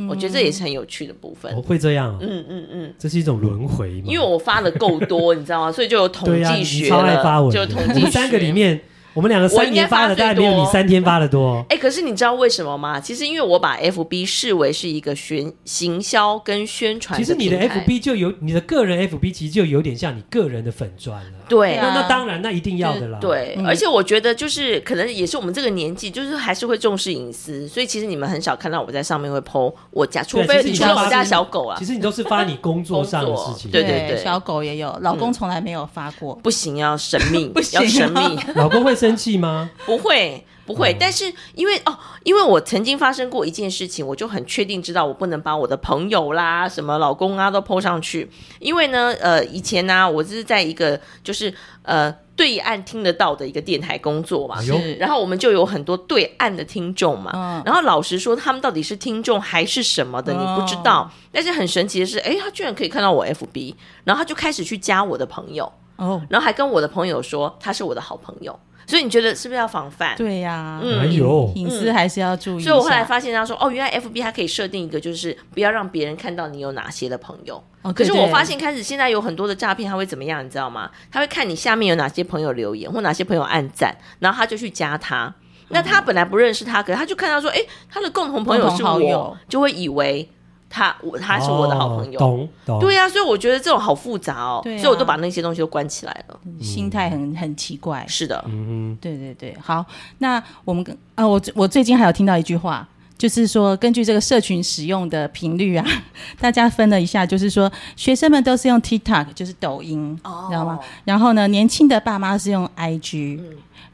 [SPEAKER 1] 我觉得这也是很有趣的部分。
[SPEAKER 3] 哦会这样、哦，
[SPEAKER 1] 嗯嗯嗯，
[SPEAKER 3] 这是一种轮回嘛？
[SPEAKER 1] 因为我发的够多，你知道吗？所以就有统
[SPEAKER 3] 对呀、啊
[SPEAKER 1] 计
[SPEAKER 3] 你
[SPEAKER 1] 学
[SPEAKER 3] 超
[SPEAKER 1] 了，
[SPEAKER 3] 爱发文
[SPEAKER 1] 就有
[SPEAKER 3] 的，
[SPEAKER 1] 统计
[SPEAKER 3] 我
[SPEAKER 1] 学。
[SPEAKER 3] 们 [laughs] 三个里，面，我们两个
[SPEAKER 1] 我
[SPEAKER 3] 三
[SPEAKER 1] 应该
[SPEAKER 3] 年发
[SPEAKER 1] 发
[SPEAKER 3] 的，
[SPEAKER 1] 最
[SPEAKER 3] 当然没有
[SPEAKER 1] 多
[SPEAKER 3] 你三天发的
[SPEAKER 1] [laughs]
[SPEAKER 3] 多。
[SPEAKER 1] 哎，可是你知道为什么吗？其实因为我把 FB 视为是一个宣行销跟宣传
[SPEAKER 3] 其
[SPEAKER 1] 的
[SPEAKER 3] 实
[SPEAKER 1] 平
[SPEAKER 3] 你
[SPEAKER 1] 台，
[SPEAKER 3] 的 FB 就有你的个人 FB，其实就有点像你个人的粉砖了。
[SPEAKER 1] 对
[SPEAKER 2] 啊
[SPEAKER 3] 那那当然，那一定要的啦。，
[SPEAKER 1] 对，
[SPEAKER 2] 嗯
[SPEAKER 1] 而且我觉得就是可能也是我们这个年纪，就是还是会重视隐私，所以其实你们很少看到我在上面会 PO 我家，除
[SPEAKER 3] 对
[SPEAKER 1] 非
[SPEAKER 3] 其实你
[SPEAKER 1] 除了
[SPEAKER 3] 发
[SPEAKER 1] 我家
[SPEAKER 3] 现
[SPEAKER 1] 小狗啊
[SPEAKER 3] 其，实你都是发你工作上的事情。
[SPEAKER 1] [laughs] 工作对对嗯对
[SPEAKER 2] 小狗也有，老公从来没有发过。
[SPEAKER 1] 不行，要神
[SPEAKER 3] [laughs]
[SPEAKER 1] 秘，
[SPEAKER 2] 不行
[SPEAKER 3] 啊
[SPEAKER 1] 要神秘，
[SPEAKER 3] 老公会生气吗？
[SPEAKER 1] 不会不会
[SPEAKER 3] 哦。
[SPEAKER 1] 但是因为哦，因为我曾经发生过一件事情，我就很确定知道我不能把我的朋友啦、什么老公啊都 PO 上去，因为呢，呃，以前呢、我是在一个就是呃对岸听得到的一个电台工作嘛
[SPEAKER 3] 哎，呦，
[SPEAKER 1] 然后我们就有很多对岸的听众嘛。
[SPEAKER 2] 嗯
[SPEAKER 1] 然后老实说，他们到底是听众还是什么的，你
[SPEAKER 2] 哦
[SPEAKER 1] 不知道。但是很神奇的是，哎，他居然可以看到我 FB，然后他就开始去加我的朋友，
[SPEAKER 2] 哦，
[SPEAKER 1] 然后还跟我的朋友说他是我的好朋友。所以你觉得是不是要防范？
[SPEAKER 2] 对呀，
[SPEAKER 1] 嗯
[SPEAKER 3] 哎呦，
[SPEAKER 2] 隐私还是要注意一下。
[SPEAKER 1] 所以我后来发现，他说哦，原来 FB 它可以设定一个，就是不要让别人看到你有哪些的朋友。
[SPEAKER 2] 哦，
[SPEAKER 1] 可
[SPEAKER 2] 可
[SPEAKER 1] 是我发现开始现在有很多的诈骗，他会怎么样，你知道吗？他会看你下面有哪些朋友留言或哪些朋友按赞，然后他就去加他。那
[SPEAKER 3] 嗯
[SPEAKER 1] 他本来不认识他，可是他就看到说，哎，他的共同朋友
[SPEAKER 2] 共
[SPEAKER 1] 是
[SPEAKER 2] 同好
[SPEAKER 1] 我
[SPEAKER 2] 友，
[SPEAKER 1] 就会以为他我他是我的好朋
[SPEAKER 3] 哦
[SPEAKER 1] 友。
[SPEAKER 3] 懂懂。
[SPEAKER 1] 对呀、所以我觉得这种好复杂哦，
[SPEAKER 2] 对啊
[SPEAKER 1] 所以我都把那些东西都关起来了。
[SPEAKER 2] 心态很很奇怪。
[SPEAKER 1] 是
[SPEAKER 3] [laughs]
[SPEAKER 1] 的，
[SPEAKER 3] 嗯
[SPEAKER 2] 对对对，好，那我们跟啊，我我最近还有听到一句话，就是说根据这个社群使用的频率啊， [laughs] 大家分了一下，就是说学生们都是用 TikTok，就是抖音，
[SPEAKER 1] 哦
[SPEAKER 2] 知道吗？然后呢，年轻的爸妈是用 IG，、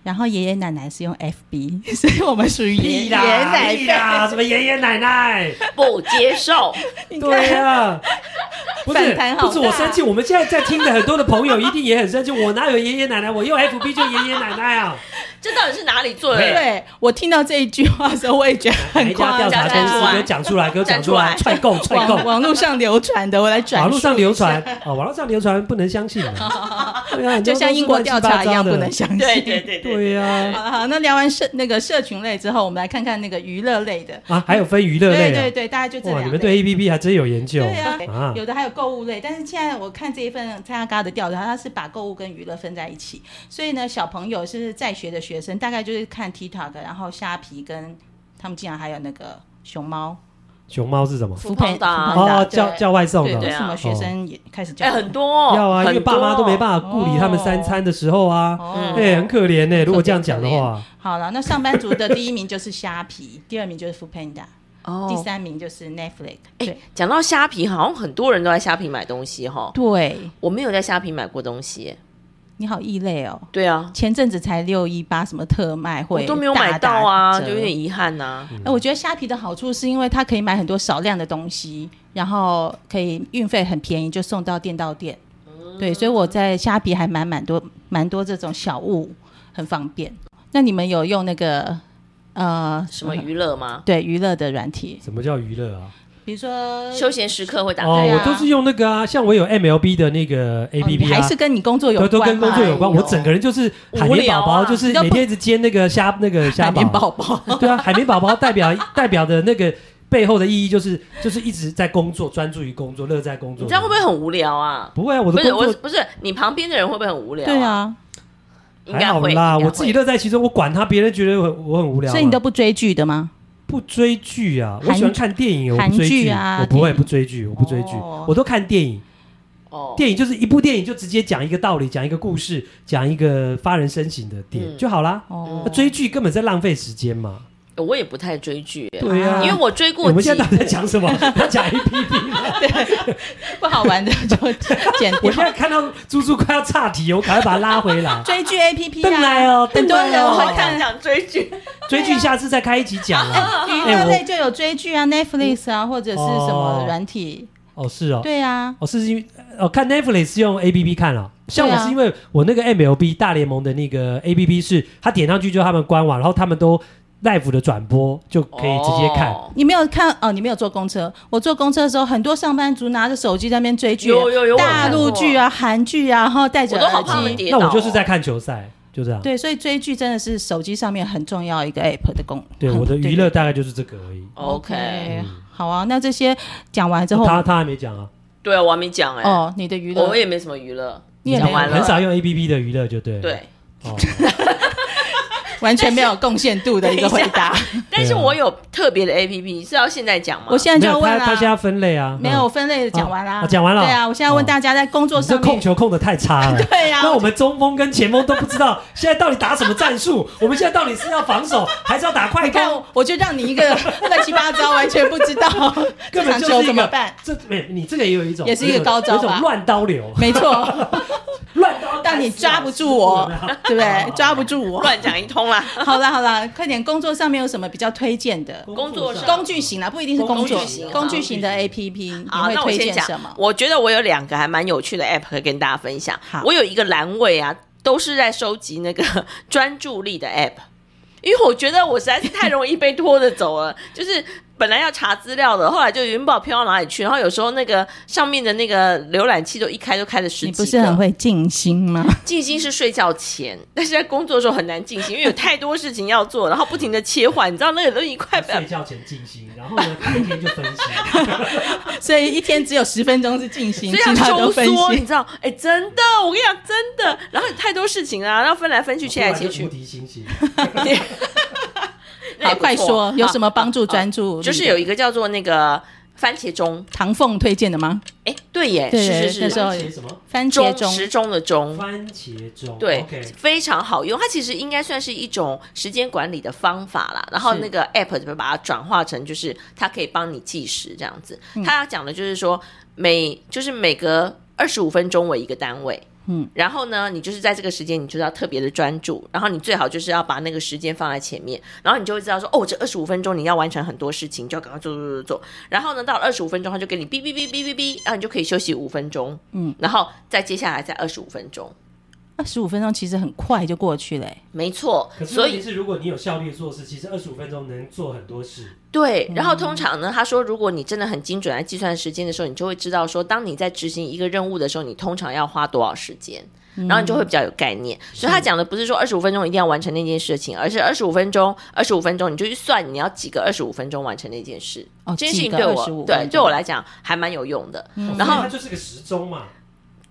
[SPEAKER 2] 然
[SPEAKER 3] 嗯
[SPEAKER 2] 后爷爷奶奶是用 FB，所 [laughs] 以我们属于
[SPEAKER 3] 哼，
[SPEAKER 2] 爷
[SPEAKER 3] 屁
[SPEAKER 2] 爷
[SPEAKER 3] 啦
[SPEAKER 2] 奶
[SPEAKER 3] 屁
[SPEAKER 2] 奶。
[SPEAKER 3] 啦，什么爷爷
[SPEAKER 2] [laughs]
[SPEAKER 3] 奶奶？
[SPEAKER 1] 不接受。
[SPEAKER 3] 对啊，不
[SPEAKER 2] 反
[SPEAKER 3] 是
[SPEAKER 2] 弹好大
[SPEAKER 3] 不是我生气，我们现在在听的很多的朋友一定也很生气。我哪有爷爷奶奶？我用 FB 就爷爷奶奶啊！
[SPEAKER 1] 这到底是哪里做的？
[SPEAKER 2] 对我听到这一句话的时候，我也觉得
[SPEAKER 3] 哪
[SPEAKER 2] 很
[SPEAKER 3] 一家
[SPEAKER 2] 夸
[SPEAKER 3] 调
[SPEAKER 2] 张。
[SPEAKER 3] 查公司给我讲出来，给我讲出来，
[SPEAKER 1] 站
[SPEAKER 3] 踹够踹够
[SPEAKER 2] 网。网络上流传的，我来转述。
[SPEAKER 3] 网络上流传啊，网络上流传不能相
[SPEAKER 2] [laughs]
[SPEAKER 3] 信的，对啊，很
[SPEAKER 2] 就
[SPEAKER 3] 多
[SPEAKER 2] 像英国调查一样，
[SPEAKER 3] 都
[SPEAKER 2] 不
[SPEAKER 3] 是乱
[SPEAKER 2] 能
[SPEAKER 3] 七
[SPEAKER 2] 相信。
[SPEAKER 1] 对对对
[SPEAKER 3] 八糟的。对呀，
[SPEAKER 2] [laughs] 好了，好，那聊完社那个社群类之后，我们来看看那个娱乐类的。
[SPEAKER 3] 啊，还有分娱乐
[SPEAKER 2] 对
[SPEAKER 3] 类
[SPEAKER 2] 对
[SPEAKER 3] 啊，
[SPEAKER 2] 对，大概就这
[SPEAKER 3] 哇，你
[SPEAKER 2] 两类。
[SPEAKER 3] 们对 A P P 还真有研究
[SPEAKER 2] 对啊，
[SPEAKER 3] 啊。
[SPEAKER 2] 有的还有购物类，但是现在我看这一份蔡阿嘎的调查，他是把购物跟娱乐分在一起，所以呢，小朋友是在学的学生，大概就是看 TikTok，然后虾皮跟他们竟然还有那个熊猫、
[SPEAKER 3] 熊猫是什么？
[SPEAKER 1] 富胖达
[SPEAKER 2] 富胖达
[SPEAKER 3] 哦，叫
[SPEAKER 2] 对
[SPEAKER 3] 叫外送
[SPEAKER 2] 对，
[SPEAKER 1] 对
[SPEAKER 2] 为
[SPEAKER 3] 的，
[SPEAKER 1] 啊
[SPEAKER 2] 什么学生也开始叫
[SPEAKER 1] 哎、很多、哦、
[SPEAKER 3] 要啊，因为爸妈都没
[SPEAKER 1] 法。
[SPEAKER 3] 办法顾里他们三餐的时候啊，
[SPEAKER 1] 嗯
[SPEAKER 2] 哦
[SPEAKER 3] 哎，很可怜呢。如果这样讲的话，
[SPEAKER 2] 好了，那上班族
[SPEAKER 3] 哦
[SPEAKER 2] 的第一名就是虾皮，第二名就是 Food Panda，
[SPEAKER 1] 哦哎
[SPEAKER 2] 第三名就是 Netflix。对
[SPEAKER 1] 讲到虾皮，好像很多人都在虾皮买东西哈。
[SPEAKER 2] 对，
[SPEAKER 1] 我没有在虾皮买过东西耶。
[SPEAKER 2] 你好异类哦。
[SPEAKER 1] 对啊，
[SPEAKER 2] 前阵子才六一八什么特卖
[SPEAKER 1] 我
[SPEAKER 2] 会，
[SPEAKER 1] 都没有买到啊，
[SPEAKER 2] 大打
[SPEAKER 1] 就
[SPEAKER 2] 折
[SPEAKER 1] 有点遗憾啊呐、
[SPEAKER 3] 嗯
[SPEAKER 2] 哎、我觉得虾皮的好处是因为它可以买很多少量的东西，然后可以运费很便宜，就送到店到店。对，所以我在虾皮还买蛮多蛮多这种小物，很方便。那你们有用那个呃
[SPEAKER 1] 什么娱乐
[SPEAKER 2] [laughs]
[SPEAKER 1] 吗？
[SPEAKER 2] 对娱乐的软体，
[SPEAKER 3] 什么叫娱乐啊？
[SPEAKER 2] 比如说
[SPEAKER 1] 休闲时刻会打开、
[SPEAKER 3] 哦，
[SPEAKER 2] 对啊
[SPEAKER 3] 我都是用那个啊，像我有 M L B 的那个 A
[SPEAKER 2] 哦
[SPEAKER 3] P
[SPEAKER 2] 你
[SPEAKER 3] P
[SPEAKER 2] 还
[SPEAKER 3] 啊，
[SPEAKER 2] 是跟你工作有
[SPEAKER 3] 都
[SPEAKER 2] 关
[SPEAKER 3] 都跟工作有关。
[SPEAKER 2] 嘛
[SPEAKER 3] 我整个人就是海
[SPEAKER 1] 无
[SPEAKER 3] 绵
[SPEAKER 1] 聊
[SPEAKER 3] 宝
[SPEAKER 1] 啊
[SPEAKER 3] 宝，就是每天一直煎
[SPEAKER 1] [laughs]
[SPEAKER 3] 那个虾那个虾
[SPEAKER 2] 海绵
[SPEAKER 3] 堡。
[SPEAKER 2] 宝宝。
[SPEAKER 3] 对啊，海绵宝宝 [laughs] 代表代表的那个背后的意义就是就是一直在工作，专注于工作，乐在工作。
[SPEAKER 1] 你这样会不会很无聊啊？
[SPEAKER 3] 不会啊，我
[SPEAKER 1] 不
[SPEAKER 3] 的
[SPEAKER 1] 是，
[SPEAKER 3] 工
[SPEAKER 1] 我
[SPEAKER 3] 作
[SPEAKER 1] 不是你旁边的人会不会很无聊、
[SPEAKER 2] 对，啊，
[SPEAKER 1] 应
[SPEAKER 3] 还
[SPEAKER 1] 该
[SPEAKER 3] 好
[SPEAKER 1] 会
[SPEAKER 3] 啦，
[SPEAKER 1] 应该
[SPEAKER 3] 我
[SPEAKER 1] 会
[SPEAKER 3] 自己乐在其中，我管他别人觉得我我很无聊啊。
[SPEAKER 2] 所以你都不追剧的吗？
[SPEAKER 3] 不追剧啊？我
[SPEAKER 2] 韩
[SPEAKER 3] 喜欢看电影，我
[SPEAKER 2] 韩
[SPEAKER 3] 不追
[SPEAKER 2] 剧
[SPEAKER 3] 剧
[SPEAKER 2] 啊
[SPEAKER 3] 我不
[SPEAKER 2] 电
[SPEAKER 3] 会
[SPEAKER 2] 影
[SPEAKER 3] 不追剧，我不追剧
[SPEAKER 2] 哦，
[SPEAKER 3] 我都看电影。
[SPEAKER 1] 哦，
[SPEAKER 3] 电影就是一部电影就直接讲一个道理，讲一个故事，讲一个发人深省的点
[SPEAKER 1] 嗯
[SPEAKER 3] 就好啦。
[SPEAKER 2] 哦
[SPEAKER 3] 那，追剧根本在浪费时间嘛。
[SPEAKER 1] 我也不太追剧耶、
[SPEAKER 3] 对啊，
[SPEAKER 1] 因为我追过
[SPEAKER 3] 我们
[SPEAKER 1] 几
[SPEAKER 3] 现在到
[SPEAKER 1] 部
[SPEAKER 3] 底在讲什么？在讲 A P P 吗？
[SPEAKER 2] [laughs] 不好
[SPEAKER 3] [laughs]
[SPEAKER 2] 玩的就剪
[SPEAKER 3] 我
[SPEAKER 2] 掉。
[SPEAKER 3] 现。在看到猪猪快要岔题，我赶快把它拉回来
[SPEAKER 2] [laughs] 追剧 A P P
[SPEAKER 3] 邓来
[SPEAKER 2] 啊，
[SPEAKER 3] 哦，
[SPEAKER 2] 很
[SPEAKER 3] 邓
[SPEAKER 2] 多
[SPEAKER 3] 来
[SPEAKER 2] 人
[SPEAKER 3] 哦
[SPEAKER 2] 会看
[SPEAKER 1] 讲追剧，
[SPEAKER 3] 追剧，下次再开一集讲
[SPEAKER 2] [laughs]
[SPEAKER 3] 啊。
[SPEAKER 2] 娱
[SPEAKER 3] 哎
[SPEAKER 2] 乐
[SPEAKER 3] 我
[SPEAKER 2] 类就有追剧啊、Netflix 啊，或者是什么软体。
[SPEAKER 3] 哦，是哦，
[SPEAKER 2] 对啊，
[SPEAKER 3] 哦，是因为哦，看 Netflix 是用 A P P 看了。像
[SPEAKER 2] 对
[SPEAKER 3] 我
[SPEAKER 2] 啊
[SPEAKER 3] 是因为我那个 M L B 大联盟的那个 A P P 是，它点上去就是他们官网，然后他们都 live 的转播就可以直接看。
[SPEAKER 1] 哦
[SPEAKER 2] 你没有看哦？你没有坐公车？我坐公车的时候，很多上班族拿着手机在那边追剧，欸
[SPEAKER 1] 有有有我有
[SPEAKER 2] 大
[SPEAKER 1] 看
[SPEAKER 2] 陆
[SPEAKER 1] 过
[SPEAKER 2] 剧啊、韩剧啊，然后戴着
[SPEAKER 1] 我都好
[SPEAKER 2] 耳
[SPEAKER 1] 怕他们
[SPEAKER 2] 机。
[SPEAKER 1] 跌
[SPEAKER 3] 嗯那
[SPEAKER 1] 倒、
[SPEAKER 3] 我就是在。看球赛，就这样。
[SPEAKER 2] 对，所以追剧真的是手机上面很重要一个 app 的功。
[SPEAKER 3] 对，
[SPEAKER 2] 很
[SPEAKER 3] 我的娱乐。大概就是这个而已。
[SPEAKER 1] OK，
[SPEAKER 2] 好啊，那这些讲完之后，
[SPEAKER 3] 他他还没讲啊，
[SPEAKER 1] 对啊，我还没讲哎、
[SPEAKER 2] 哦，你的娱乐
[SPEAKER 1] 我也没什么娱乐，
[SPEAKER 2] 你也没
[SPEAKER 1] 讲完了，
[SPEAKER 3] 哦
[SPEAKER 2] [laughs]
[SPEAKER 3] 很少用 A P P 的娱乐就对。
[SPEAKER 1] 对，
[SPEAKER 3] 哦，
[SPEAKER 2] [laughs] 完全没有贡献度的一个回
[SPEAKER 3] [laughs]
[SPEAKER 2] 答。
[SPEAKER 1] [laughs] 但是我有特别的 A P P，是要现在讲吗？
[SPEAKER 2] 啊我现在就要
[SPEAKER 3] 没有
[SPEAKER 2] 问
[SPEAKER 3] 他
[SPEAKER 2] 啦、
[SPEAKER 3] 他现在要分类啊，
[SPEAKER 2] 没有我分类的讲完啦、
[SPEAKER 3] 啊啊讲完了
[SPEAKER 2] 对啊，我现在问大家在工作
[SPEAKER 3] 嗯，你这
[SPEAKER 2] 上
[SPEAKER 3] 控
[SPEAKER 2] 面，。
[SPEAKER 3] 球控的太差
[SPEAKER 2] [laughs]
[SPEAKER 3] 了
[SPEAKER 2] 对啊呀、
[SPEAKER 3] 那我们中锋跟前锋都不知道现在到底打什么战术，我们现在到底是要防守还是要打快
[SPEAKER 2] 你看
[SPEAKER 3] 攻？，
[SPEAKER 2] 我就让你 [laughs] 一个乱七八糟，完全不知 [laughs] 道这
[SPEAKER 3] 根本
[SPEAKER 2] 场
[SPEAKER 3] 就是
[SPEAKER 2] 球
[SPEAKER 3] 一
[SPEAKER 2] 怎
[SPEAKER 3] 个
[SPEAKER 2] 么 [laughs] 办。
[SPEAKER 3] 这没你这个也有一种，
[SPEAKER 2] 也是一个
[SPEAKER 3] 有种
[SPEAKER 2] 高招吧
[SPEAKER 3] 有一种乱刀流，
[SPEAKER 2] 没错，
[SPEAKER 3] 乱刀流，
[SPEAKER 2] 但你抓不住我，
[SPEAKER 1] [laughs]
[SPEAKER 2] 对不对？抓不住我。
[SPEAKER 1] 乱讲一通啦。
[SPEAKER 2] 哦 [laughs] 好啦好啦，快点，工作上面有什么比较推荐的
[SPEAKER 1] 工作上
[SPEAKER 2] 工具型啦？啊不一定是工作
[SPEAKER 1] 工具型
[SPEAKER 2] 工具型的 APP，你
[SPEAKER 1] 好，
[SPEAKER 2] 会
[SPEAKER 1] 那我
[SPEAKER 2] 推
[SPEAKER 1] 先
[SPEAKER 2] 荐
[SPEAKER 1] 讲
[SPEAKER 2] 什么？
[SPEAKER 1] 我觉得我有两个还蛮有趣的 app 可以跟大家分享
[SPEAKER 2] 好。
[SPEAKER 1] 我有一个栏位啊，都是在收集那个 [laughs] 专注力的 app，因为我觉得我实在是太容易被拖着走了， [laughs] 就是。本来要查资料的，后来就云宝飘到哪里去，然后有时候那个上面的那个浏览器都一开就开了十几
[SPEAKER 2] 你
[SPEAKER 1] 个。
[SPEAKER 2] 不是很会静心 [laughs] 吗？
[SPEAKER 1] 静心是睡觉前，但是在工作的时候很难静心，因为有太多事情要做，然后不停的切换，你知道那个都已经
[SPEAKER 2] [laughs]
[SPEAKER 1] 快
[SPEAKER 3] 睡觉前静心，然后呢， [laughs] 隔天就分析。
[SPEAKER 2] 所以一天只有十分钟是静心，
[SPEAKER 1] 所以
[SPEAKER 2] 其
[SPEAKER 1] 要
[SPEAKER 2] 他都
[SPEAKER 1] 收
[SPEAKER 2] 分
[SPEAKER 1] 缩，你
[SPEAKER 2] 析。
[SPEAKER 1] 知道？哎、真的，我跟你讲，真的。然后有太多事情啊，然后分来分去，切来切
[SPEAKER 3] 无
[SPEAKER 1] 去。
[SPEAKER 3] 敌星星，
[SPEAKER 1] [laughs] 那也
[SPEAKER 2] 好，
[SPEAKER 1] 不错
[SPEAKER 2] 快说，有什么帮助
[SPEAKER 1] 啊
[SPEAKER 2] 专注力的？
[SPEAKER 1] 就是有一个叫做那个番茄钟，
[SPEAKER 2] 唐凤推荐的吗？
[SPEAKER 1] 哎、对耶，
[SPEAKER 2] 对
[SPEAKER 1] 是
[SPEAKER 2] [laughs]
[SPEAKER 1] 是
[SPEAKER 2] 那时
[SPEAKER 1] 是，
[SPEAKER 2] 候
[SPEAKER 3] 番茄什么？
[SPEAKER 2] 番茄
[SPEAKER 1] 钟
[SPEAKER 2] 钟
[SPEAKER 1] 时钟的钟。
[SPEAKER 3] 番茄钟。
[SPEAKER 1] 对
[SPEAKER 3] 哦 OK，
[SPEAKER 1] 非常好用。它其实应该算是一种时间管理的方法啦。然后
[SPEAKER 2] 是
[SPEAKER 1] 那个 app 就把它转化成，就是它可以帮你计时这样子。它要讲的就是说，每就是每隔二十五分钟为一个单位。
[SPEAKER 2] 嗯
[SPEAKER 1] 嗯，然后呢，你就是在这个时间，你就是要特别的专注，然后你最好就是要把那个时间放在前面，然后你就会知道说，哦，这二十五分钟你要完成很多事情，你就要赶快做做做做做。然后呢，到了二十五分钟，它就给你哔哔哔哔哔哔，然后你就可以休息五分钟，
[SPEAKER 2] 嗯
[SPEAKER 1] 嗯，然后再接下来再二十五分钟，
[SPEAKER 2] 二啊十五分钟其实很快就过去了、欸
[SPEAKER 1] 没错。
[SPEAKER 3] 可是
[SPEAKER 1] 所
[SPEAKER 3] 问
[SPEAKER 1] 以
[SPEAKER 3] 题是，如果你有效率做事，其实二十五分钟能做很多事。
[SPEAKER 2] 嗯
[SPEAKER 1] 对，然后通常呢，他说，如果你真的很精准来计算时间的时候，你就会知道说，当你在执行一个任务的时候，你通常要花多少时间，
[SPEAKER 2] 嗯
[SPEAKER 1] 然后你就会比较有概念。所以他讲的不是说二十五分钟一定要完成那件事情，而是二十五分钟，二十五分钟你就去算你要几个二十五分钟完成那件事。
[SPEAKER 2] 哦
[SPEAKER 1] 这件事
[SPEAKER 2] 几
[SPEAKER 1] 情
[SPEAKER 2] 个
[SPEAKER 1] 对
[SPEAKER 2] 25分
[SPEAKER 1] 我对
[SPEAKER 2] 钟嗯
[SPEAKER 1] 对我来讲还蛮有用的。
[SPEAKER 3] 然
[SPEAKER 1] 然后
[SPEAKER 3] 它就是个时
[SPEAKER 2] [laughs]
[SPEAKER 3] 钟嘛，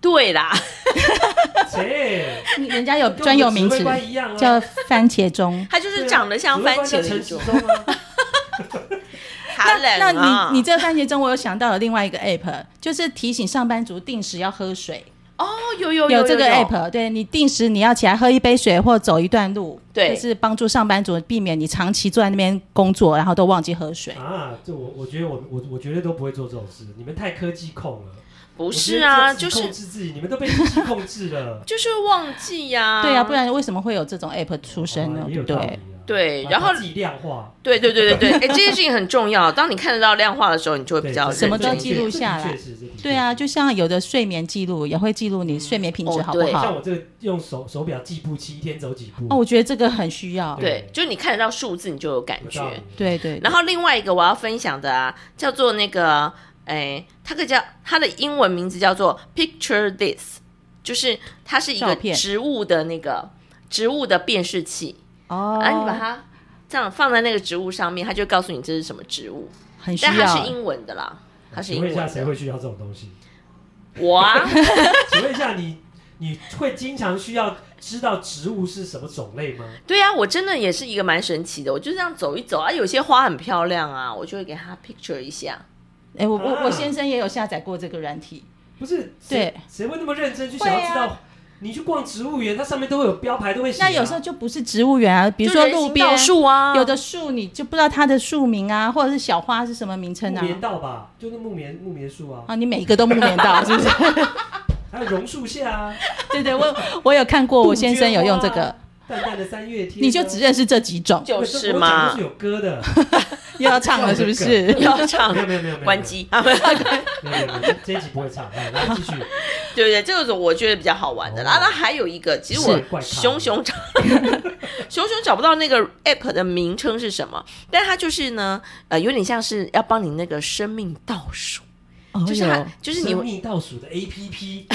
[SPEAKER 1] 对啦，
[SPEAKER 3] 切，
[SPEAKER 2] [laughs] 你人家有
[SPEAKER 3] 跟我们
[SPEAKER 2] 专有名
[SPEAKER 3] 指挥
[SPEAKER 2] 词
[SPEAKER 3] 官一样啊，
[SPEAKER 2] 叫番茄
[SPEAKER 1] [laughs]
[SPEAKER 2] 钟。
[SPEAKER 1] 它就是长得像番茄的一
[SPEAKER 3] 指
[SPEAKER 1] 种
[SPEAKER 3] 挥。官叫陈时中啊。
[SPEAKER 2] [laughs]
[SPEAKER 1] 好冷
[SPEAKER 2] 那
[SPEAKER 1] 啊
[SPEAKER 2] 你你这番茄钟，我有想到了另外一个 app，就是提醒上班族定时要喝水。
[SPEAKER 1] 哦，有有
[SPEAKER 2] 有
[SPEAKER 1] 有
[SPEAKER 2] 这个 app，对你定时你要起来喝一杯水或走一段路，
[SPEAKER 1] 对
[SPEAKER 2] 就是帮助上班族避免你长期坐在那边工作，然后都忘记喝水。
[SPEAKER 3] 啊，这我我觉得我我我绝对都不会做这种事，你们太科技控了。
[SPEAKER 1] 不是啊，
[SPEAKER 3] 我觉
[SPEAKER 1] 就
[SPEAKER 3] 得这
[SPEAKER 1] 是。
[SPEAKER 3] 控制自己，你们都被科技控制了
[SPEAKER 1] 就是忘记呀、
[SPEAKER 2] [laughs] 对啊，不然为什么会有这种 app [laughs] 出生呢
[SPEAKER 3] 好吧？哦也
[SPEAKER 2] 对
[SPEAKER 3] 有
[SPEAKER 2] 不
[SPEAKER 3] 道理
[SPEAKER 2] 对
[SPEAKER 3] 啊？
[SPEAKER 1] 对
[SPEAKER 3] 把
[SPEAKER 1] 然后
[SPEAKER 3] 把自己量化，
[SPEAKER 1] 对对对对对，
[SPEAKER 2] [laughs]
[SPEAKER 1] 哎、这件事情很重要。当你看得到量化的时候，你就会比较
[SPEAKER 3] 对
[SPEAKER 2] 什么都
[SPEAKER 1] 认真一
[SPEAKER 2] 记
[SPEAKER 1] 点
[SPEAKER 2] 录下来
[SPEAKER 3] 这的确是这的确是
[SPEAKER 2] 对啊，就像有的睡眠记录也会记录你睡眠品质
[SPEAKER 1] 哦
[SPEAKER 2] 好不
[SPEAKER 1] 对
[SPEAKER 2] 好
[SPEAKER 3] 像？我这个用手手表计步器，一天走几步。
[SPEAKER 2] 哦，我觉得这个很需要。
[SPEAKER 1] 对，就是你看得到数字，你就有感
[SPEAKER 3] 有
[SPEAKER 1] 觉
[SPEAKER 3] 道。理，
[SPEAKER 2] 对对，
[SPEAKER 1] 然后另外一个我要分享的啊，叫做那个，哎，它个叫它的英文名字叫做 Picture This，就是它是一
[SPEAKER 2] 照
[SPEAKER 1] 个
[SPEAKER 2] 片
[SPEAKER 1] 植物的那个植物的辨识器，
[SPEAKER 2] 哦，
[SPEAKER 1] 然后啊你把它这样放在那个植物上面，它就会告诉你这是什么植物。
[SPEAKER 2] 很需
[SPEAKER 1] 但它是
[SPEAKER 2] 要。
[SPEAKER 1] 英文的啦，它是
[SPEAKER 3] 请
[SPEAKER 1] 英
[SPEAKER 3] 问一
[SPEAKER 1] 文
[SPEAKER 3] 下，谁
[SPEAKER 1] 的。
[SPEAKER 3] 会需要这种东西？
[SPEAKER 1] 我啊，
[SPEAKER 3] 请问一下，你你会经常需要知道植物是什么种类吗？
[SPEAKER 1] 对啊，我真的也是一个蛮神奇的，我就这样走一走啊，有些花很漂亮啊，我就会给它 picture 一下。
[SPEAKER 2] 哎，我我
[SPEAKER 3] 啊
[SPEAKER 1] 嗯
[SPEAKER 2] 我先生也有下载过这个软体，
[SPEAKER 3] 不是，谁
[SPEAKER 2] 对，
[SPEAKER 3] 谁会那么认真去想要知
[SPEAKER 2] 会啊
[SPEAKER 3] 道？你去逛植物园，它上面都会有标牌，都会写啊。
[SPEAKER 2] 那有时候就不是植物园啊，比如
[SPEAKER 1] 就
[SPEAKER 2] 说
[SPEAKER 1] 人
[SPEAKER 2] 路
[SPEAKER 1] 行
[SPEAKER 2] 边
[SPEAKER 1] 道树啊，
[SPEAKER 2] 有的树你就不知道它的树名啊，或者是小花是什么名称
[SPEAKER 3] 木
[SPEAKER 2] 啊？
[SPEAKER 3] 棉道吧，就是木棉木棉树啊，
[SPEAKER 2] 啊，你每一个都木棉道是不 [laughs] 是？
[SPEAKER 3] 还有榕树下啊，
[SPEAKER 2] 对对，我我有看过，我先生有用这
[SPEAKER 3] 杜鹃花
[SPEAKER 2] 个
[SPEAKER 3] 啊，，淡淡的三月天啊，
[SPEAKER 2] 你就只认识这几种，
[SPEAKER 1] 就
[SPEAKER 3] 我
[SPEAKER 1] 是
[SPEAKER 3] 我讲都
[SPEAKER 1] 嘛
[SPEAKER 3] 是，有
[SPEAKER 2] [laughs]
[SPEAKER 3] 歌的，
[SPEAKER 2] 又要唱了是不是？
[SPEAKER 1] 要唱
[SPEAKER 3] 没有没有没有没有
[SPEAKER 1] 关，机，啊
[SPEAKER 3] 没有没有没有这一集不会唱，哎来
[SPEAKER 2] [laughs]
[SPEAKER 3] 继续。
[SPEAKER 1] 对不对？这种我觉得比较好玩的啦。啊
[SPEAKER 3] 哦
[SPEAKER 1] 那还有一个，其实
[SPEAKER 2] 是
[SPEAKER 1] 我
[SPEAKER 3] 怪咖
[SPEAKER 1] 熊熊找 [laughs] 熊熊找不到那个 app 的名称是什么，但它就是呢，呃，有点像是要帮你那个生命倒数，
[SPEAKER 2] 哦
[SPEAKER 1] [laughs] 就是它
[SPEAKER 2] 哟，
[SPEAKER 1] 就是你
[SPEAKER 3] 生命倒数的 A P P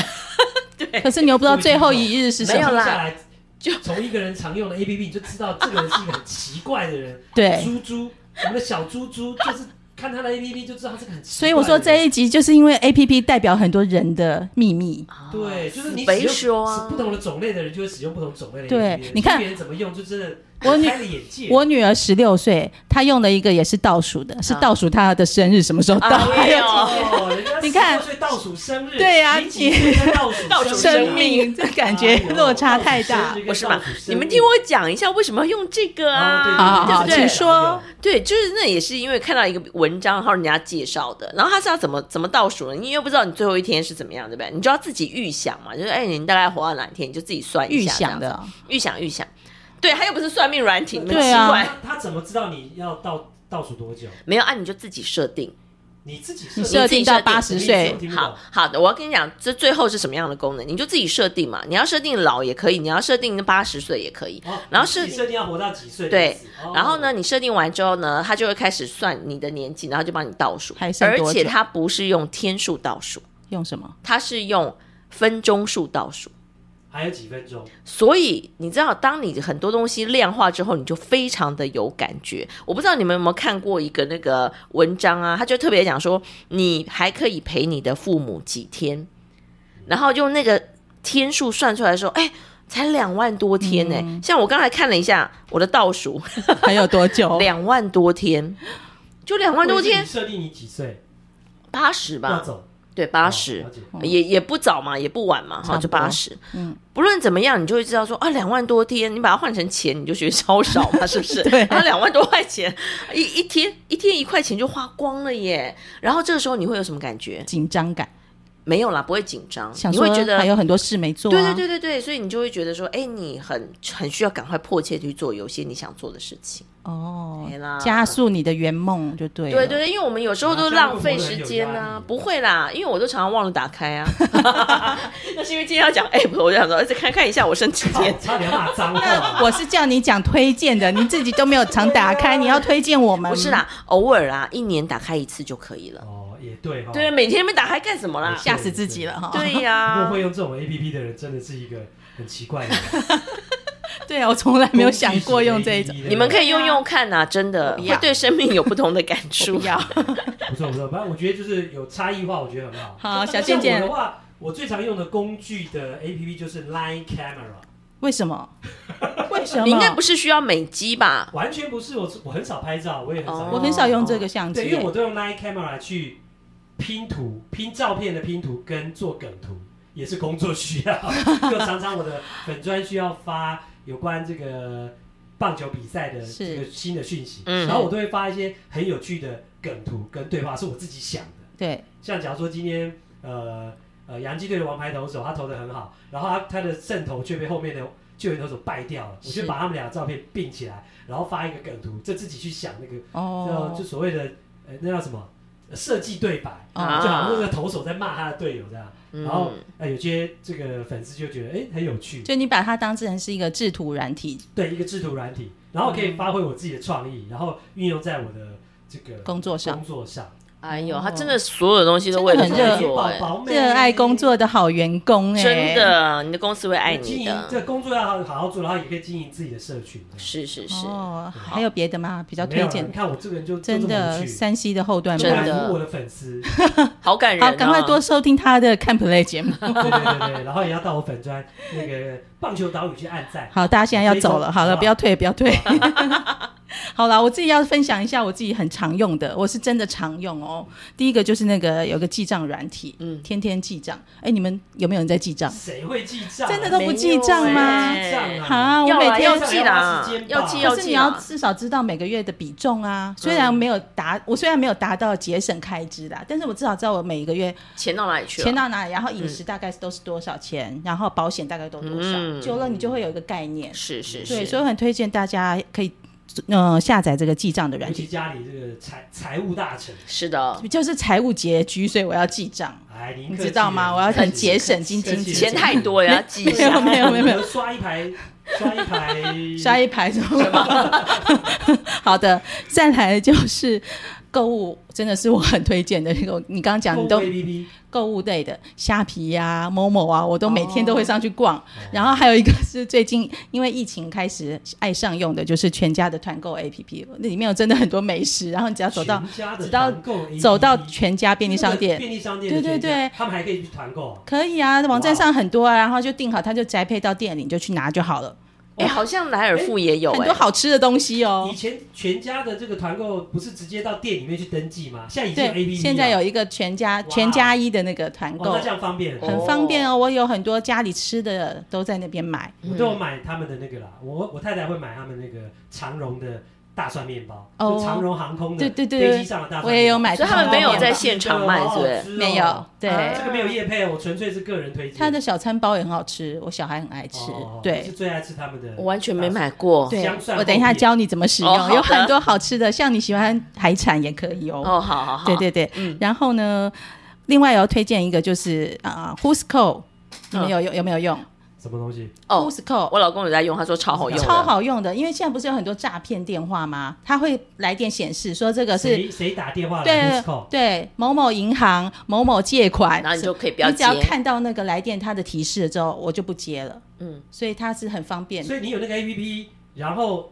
[SPEAKER 2] 可是你又不知道最后一日是什
[SPEAKER 1] 没有
[SPEAKER 2] 么，
[SPEAKER 1] 啦
[SPEAKER 3] 下来，就从一个人常用的 A P P，你就知道这个人是一个很奇怪的人。
[SPEAKER 2] [laughs] 对。
[SPEAKER 3] 猪猪，我们的小猪猪就是看他的 A P P 就知道他是个很奇怪的人。
[SPEAKER 2] 所以我说这一集就是因为 A P P 代表很多人的秘密，
[SPEAKER 3] 对，就是你
[SPEAKER 1] 没
[SPEAKER 3] 使用
[SPEAKER 1] 说啊
[SPEAKER 3] 不同的种类的人就会使用不同种类的 A P P。
[SPEAKER 2] 对你看
[SPEAKER 3] 别人怎么用，就真的
[SPEAKER 2] 我女
[SPEAKER 3] 开了眼界。
[SPEAKER 2] 我女儿十六岁，她用的一个也是倒数的，是
[SPEAKER 1] 啊
[SPEAKER 2] 倒数她的生日什么时候到，
[SPEAKER 1] 啊我
[SPEAKER 2] 还
[SPEAKER 1] 也
[SPEAKER 2] 有
[SPEAKER 1] 有
[SPEAKER 3] 哦，人家
[SPEAKER 2] 你看
[SPEAKER 3] 16岁倒数生日，
[SPEAKER 2] 对呀
[SPEAKER 3] 你几岁在倒数
[SPEAKER 1] 倒数
[SPEAKER 2] 生命，这感觉落差太大。
[SPEAKER 1] 不哎是吧？你们听我讲一下为什么要用这个啊？
[SPEAKER 2] 好好好
[SPEAKER 1] 对不对
[SPEAKER 2] 请说。
[SPEAKER 1] 对，就是那也是因为看到一个文章，然后人家介绍的，然后他是要怎么怎么倒数呢？你又不知道你最后一天是怎么样，对不对？你就要自己预想嘛，就是哎，你大概活到哪一天，你就自己算一
[SPEAKER 2] 预
[SPEAKER 1] 下
[SPEAKER 2] 想
[SPEAKER 1] 这样
[SPEAKER 2] 的，
[SPEAKER 1] 子，预想预想。对，他又不是算命软体，你们
[SPEAKER 2] 对
[SPEAKER 1] 奇
[SPEAKER 2] 啊
[SPEAKER 1] 怪，
[SPEAKER 3] 他怎么知道你要倒倒数多久？
[SPEAKER 1] 没有按啊你就自己设定。
[SPEAKER 3] 你自己
[SPEAKER 2] 你
[SPEAKER 1] 自己
[SPEAKER 2] 设定到
[SPEAKER 1] 设定
[SPEAKER 2] 八十岁，
[SPEAKER 3] 听不懂
[SPEAKER 1] 好好的，我要跟你讲，这最后是什么样的功能，你就自己设定嘛。你要设定老也可以，你要设定八十岁也可以。
[SPEAKER 3] 哦
[SPEAKER 1] 然后设
[SPEAKER 3] 你自己设定要活到几岁？
[SPEAKER 1] 对
[SPEAKER 3] 哦
[SPEAKER 1] 然后呢，？你设定完之后呢，它就会开始算你的年纪，然后就帮你倒数
[SPEAKER 2] 还，剩
[SPEAKER 1] 而
[SPEAKER 2] 多
[SPEAKER 1] 且
[SPEAKER 2] 久
[SPEAKER 1] 它不是用天数倒数，
[SPEAKER 2] 用
[SPEAKER 1] [laughs]
[SPEAKER 2] 什么？
[SPEAKER 1] 它是用分钟数倒数。
[SPEAKER 3] 还有几分钟？
[SPEAKER 1] 所以你知道，当你很多东西量化之后，你就非常的有感觉。我不知道你们有没有看过一个那个文章啊，他就特别讲说，你还可以陪你的父母几天，然后用那个天数算出来说，哎、才两万多天呢、
[SPEAKER 2] 嗯
[SPEAKER 1] 像我刚才看了一下我的倒数，
[SPEAKER 2] 还有多久？
[SPEAKER 1] 两万多天，就两万多
[SPEAKER 3] 我以为
[SPEAKER 1] 天
[SPEAKER 3] 你，设定你几岁
[SPEAKER 1] 八十
[SPEAKER 3] 要
[SPEAKER 1] 吧，
[SPEAKER 3] 走？
[SPEAKER 1] 对，八十、
[SPEAKER 3] 哦了解
[SPEAKER 1] 也也不早嘛，也不晚嘛，哈，
[SPEAKER 2] 差不
[SPEAKER 1] 就
[SPEAKER 2] 多
[SPEAKER 1] 八十。
[SPEAKER 2] 嗯
[SPEAKER 1] 不论怎么样，你就会知道说啊，两万多天，你把它换成钱，你就觉得超少
[SPEAKER 2] [laughs]
[SPEAKER 1] 嘛，是不是？
[SPEAKER 2] 对
[SPEAKER 1] 然后两万多块钱，一一天一天一块钱就花光了耶。然后这个时候你会有什么感觉？
[SPEAKER 2] [laughs] 紧张感，
[SPEAKER 1] 没有啦，不会紧张，
[SPEAKER 2] 想
[SPEAKER 1] 你
[SPEAKER 2] 说
[SPEAKER 1] 会觉得
[SPEAKER 2] 还有很多事没做、啊。
[SPEAKER 1] 对对对对对，所以你就会觉得说，哎，你很很需要赶快迫切地去做有些你想做的事情。
[SPEAKER 2] 哦
[SPEAKER 1] 没啦，
[SPEAKER 2] 加速你的圆梦就对了。
[SPEAKER 1] 对对对，因为我们有
[SPEAKER 2] 啊
[SPEAKER 1] 时候都浪费时间
[SPEAKER 3] 这样会不会很有压
[SPEAKER 1] 啊
[SPEAKER 3] 力，
[SPEAKER 1] 不会啦，因为我都常常忘了打开啊。 [laughs] 那是因为今天要讲 app，我就想说哎再看看一下我剩几天
[SPEAKER 3] 哦。差点要骂脏
[SPEAKER 2] 那
[SPEAKER 3] 话。
[SPEAKER 1] [laughs]
[SPEAKER 2] 哦我是叫你讲推荐的，你自己都没有常打开，你要推荐我们？
[SPEAKER 1] 不是，啦，偶尔啦，一年打开一次就可以了。
[SPEAKER 3] 哦，也对哈。
[SPEAKER 1] 对，啊每天没打开干什么啦
[SPEAKER 3] 没？事
[SPEAKER 2] 吓死自己了哈。
[SPEAKER 1] 对呀、
[SPEAKER 2] [laughs]
[SPEAKER 3] 不过会用这种 A P P 的人，真的是一个很奇怪的人。
[SPEAKER 2] 对啊，我从来 [laughs] 没有想过用这一种。
[SPEAKER 1] 你们可
[SPEAKER 3] 以
[SPEAKER 1] 以用用看呐、真的
[SPEAKER 2] 啊不
[SPEAKER 1] 会
[SPEAKER 2] 要
[SPEAKER 1] 对生命有不同
[SPEAKER 2] [laughs]
[SPEAKER 1] 的感触。
[SPEAKER 2] 不要
[SPEAKER 3] 不错不错，反正我觉得就是有差异化，我觉得很好。
[SPEAKER 2] 好，小
[SPEAKER 3] 像
[SPEAKER 2] 健
[SPEAKER 3] 我
[SPEAKER 2] 健
[SPEAKER 3] 的，话，我最常用的工具的 A P P 就是 Line Camera，
[SPEAKER 2] 为
[SPEAKER 1] [laughs]
[SPEAKER 2] 什么？为什么？
[SPEAKER 1] 你应该不是需要美肌吧？
[SPEAKER 3] 完全不是我，我很少拍照，我也很少用，
[SPEAKER 2] 哦我很少用这个相
[SPEAKER 1] 哦
[SPEAKER 2] 机
[SPEAKER 3] 对，因为我都用 Line Camera 去拼图、拼照片的拼图跟做梗图，也是工作需要。 [laughs] 就常常我的粉砖需要发有关这个棒球比赛的
[SPEAKER 2] 是
[SPEAKER 3] 这个新的讯息，
[SPEAKER 1] 嗯
[SPEAKER 3] 然后我都会发一些很有趣的梗图跟对话，是我自己想的。
[SPEAKER 2] 对
[SPEAKER 3] 像假如说今天呃呃洋基队的王牌投手他投的很好，然后他他的正投却被后面的救援投手败掉了，我
[SPEAKER 2] 是
[SPEAKER 3] 就把他们俩的照片并起来，然后发一个梗图，这自己去想那个
[SPEAKER 2] 哦
[SPEAKER 3] 叫，就所谓的呃那叫什么呃设计对白，
[SPEAKER 1] 啊
[SPEAKER 2] 哦
[SPEAKER 3] 就好像那个投手在骂他的队友这样，
[SPEAKER 1] 嗯
[SPEAKER 3] 然后呃有些这个粉丝就觉得哎很有趣，
[SPEAKER 2] 就你把它当成是一个制图软体
[SPEAKER 3] 对一个制图软体，然后可
[SPEAKER 2] 嗯
[SPEAKER 3] 以发挥我自己的创意，然后运用在我的这个
[SPEAKER 2] 工作上，
[SPEAKER 3] 工作上，
[SPEAKER 1] 哎呦，他真的所有东西都为了
[SPEAKER 2] 哦真的很热
[SPEAKER 1] 工作、
[SPEAKER 3] 宝
[SPEAKER 1] 哎，
[SPEAKER 3] 宝妹
[SPEAKER 2] 热爱工。作的好员工哎，
[SPEAKER 1] 真的，你的公司会爱
[SPEAKER 3] 经
[SPEAKER 1] 你
[SPEAKER 3] 营
[SPEAKER 1] 的。
[SPEAKER 3] 这工作要好好做，然后也可以经营自己的社群。
[SPEAKER 1] 是是是，
[SPEAKER 2] 哦，还有别的吗？比
[SPEAKER 3] 比
[SPEAKER 2] 较推荐
[SPEAKER 3] 你，看啊我这个人就
[SPEAKER 2] 真的山西的后段
[SPEAKER 1] 真
[SPEAKER 2] 班
[SPEAKER 1] 的。
[SPEAKER 3] 服我的粉丝， [laughs]
[SPEAKER 1] 好感人、
[SPEAKER 2] 好
[SPEAKER 1] 啊，，
[SPEAKER 2] 赶快多收听他的看 play 节目。
[SPEAKER 3] 对对对对，然后也要到我粉砖那个棒球岛屿去按
[SPEAKER 2] [laughs]
[SPEAKER 3] 赞。
[SPEAKER 2] 好，大家现在要走了，好了，
[SPEAKER 3] 好
[SPEAKER 2] 不要退，不要退。好啦，我自己要分享一下我自己很常用的，我是真的常用哦。第一个就是那个有个记账软体，
[SPEAKER 1] 嗯
[SPEAKER 2] 天天记账。哎、你们有没有人在记账？
[SPEAKER 3] 谁会记账啊？
[SPEAKER 2] 真的都不记账吗
[SPEAKER 1] 没有
[SPEAKER 3] 谁会记账
[SPEAKER 1] 哎
[SPEAKER 3] 啊
[SPEAKER 2] 啊，我
[SPEAKER 1] 要
[SPEAKER 2] 每
[SPEAKER 1] 啦
[SPEAKER 2] 天
[SPEAKER 1] 要
[SPEAKER 3] 记
[SPEAKER 1] 记啦
[SPEAKER 3] 账要花时间，吧
[SPEAKER 1] 要记啊要
[SPEAKER 2] 可是你
[SPEAKER 1] 记
[SPEAKER 2] 要
[SPEAKER 1] 啦。
[SPEAKER 2] 至少知道每个月的比重啊，虽然没有达，我虽然没有达到节省开支啦，但是我至少知道我每一个月
[SPEAKER 1] 钱到哪里去了？
[SPEAKER 2] 钱到哪里，然后饮食大概都是多少钱，然后保险大概都多少，
[SPEAKER 1] 嗯
[SPEAKER 2] 久了你就会有一个概念。
[SPEAKER 1] 是是
[SPEAKER 2] 对，
[SPEAKER 1] 是，
[SPEAKER 2] 所以我很推荐大家可以呃下载这个记账的
[SPEAKER 3] 尤
[SPEAKER 2] 软
[SPEAKER 3] 其
[SPEAKER 2] 件，
[SPEAKER 3] 家里这个财财务大臣，
[SPEAKER 1] 是的，
[SPEAKER 2] 就是财务拮据，所以我要记账，
[SPEAKER 3] 哎，您
[SPEAKER 2] 你
[SPEAKER 3] 客气
[SPEAKER 2] 知道吗？
[SPEAKER 3] 了
[SPEAKER 2] 我要很节。
[SPEAKER 3] 客气
[SPEAKER 2] 省，斤斤
[SPEAKER 3] 客
[SPEAKER 2] 计
[SPEAKER 3] 气
[SPEAKER 1] 钱
[SPEAKER 2] 较。
[SPEAKER 1] 太多了，要记一
[SPEAKER 2] 没有
[SPEAKER 1] 下。
[SPEAKER 2] 没有没有没有，
[SPEAKER 3] 我们刷一排，刷一排，
[SPEAKER 2] 下一排什么？ [laughs] 好的，再来就是购物，真的是我很推荐的。你刚刚 [laughs] 讲，你都
[SPEAKER 3] A P P，
[SPEAKER 2] 购物类的，虾皮呀、某某啊，我都每天都会上去逛。
[SPEAKER 3] 哦
[SPEAKER 2] 然后还有一个是最近因为疫情开始爱上用的，就是全家的团购 APP，那里面有真的很多美食，然后你只要走到
[SPEAKER 3] 全家的
[SPEAKER 2] 走到
[SPEAKER 3] 团购 APP
[SPEAKER 2] 走到全家便利商
[SPEAKER 3] 就是
[SPEAKER 2] 店。
[SPEAKER 3] 便利商店的
[SPEAKER 2] 对对
[SPEAKER 3] 全家
[SPEAKER 2] 对
[SPEAKER 3] 他们还可以去团购啊。
[SPEAKER 2] 可以啊，网站上很多啊，然后就订好，它就宅配到店里，你就去拿就好了。
[SPEAKER 3] 哦
[SPEAKER 1] 哎、好像莱尔富也有、
[SPEAKER 2] 很
[SPEAKER 1] 哎、
[SPEAKER 2] 多好吃的东西哦
[SPEAKER 3] 以。前全家的这个团购不是直接到店里面去登记吗？现在已经有 A P
[SPEAKER 2] 对，
[SPEAKER 3] P，
[SPEAKER 2] 现在有一个全家
[SPEAKER 3] 哇
[SPEAKER 2] 全家一的那个团
[SPEAKER 3] 哦，
[SPEAKER 2] 购
[SPEAKER 3] 那这，样方便很多。
[SPEAKER 2] 很方便哦。我有很多家里吃的都在那边买。
[SPEAKER 3] 我都有买他们的那个啦，我我太太会买他们那个长荣的大蒜面包，
[SPEAKER 2] 哦
[SPEAKER 3] 就长荣航空的
[SPEAKER 2] 对对对
[SPEAKER 3] 飞机上的大蒜面包。
[SPEAKER 2] 我也有买
[SPEAKER 1] 所
[SPEAKER 2] 长
[SPEAKER 1] 以
[SPEAKER 2] 荣
[SPEAKER 1] 他
[SPEAKER 2] 面包，
[SPEAKER 1] 们没有在现
[SPEAKER 3] 哦
[SPEAKER 1] 场卖，是不是？
[SPEAKER 3] 是
[SPEAKER 2] 没有，对
[SPEAKER 1] 啊。
[SPEAKER 3] 这个没有业配，我纯粹是个人推荐。
[SPEAKER 2] 他的小餐包也很好吃，我小孩很爱吃。
[SPEAKER 3] 哦我是
[SPEAKER 2] 对
[SPEAKER 3] 最爱吃他们的。
[SPEAKER 1] 我完全没买过。
[SPEAKER 2] 对
[SPEAKER 3] 香蒜，
[SPEAKER 2] 我等一下教你怎么使用，
[SPEAKER 1] 哦好的
[SPEAKER 2] 有很多好吃的，像你喜欢海产也可以哦。
[SPEAKER 1] 哦，好好好，
[SPEAKER 2] 对对对，
[SPEAKER 1] 嗯
[SPEAKER 2] 然后呢，另外也要推荐一个就是啊、w h o s c o 你
[SPEAKER 1] 嗯
[SPEAKER 2] 们有用有没有用、
[SPEAKER 3] 什么东西？
[SPEAKER 2] w h o
[SPEAKER 1] 哦，
[SPEAKER 2] s c o
[SPEAKER 1] 我老公有在用，他说超好用的，
[SPEAKER 2] 超好用的，因为现在不是有很多诈骗电话吗？它会来电显示说这个是
[SPEAKER 3] 谁谁打电话来
[SPEAKER 2] 对啊
[SPEAKER 3] Who's call？
[SPEAKER 2] 对某某银行某某借款，
[SPEAKER 1] 然后你就可以不要
[SPEAKER 2] 你只
[SPEAKER 1] 接
[SPEAKER 2] 要。看到那个来电它的提示了之后，我就不接了，
[SPEAKER 1] 嗯，
[SPEAKER 2] 所以它是很方便的。
[SPEAKER 3] 所以你有那个 A P P，然后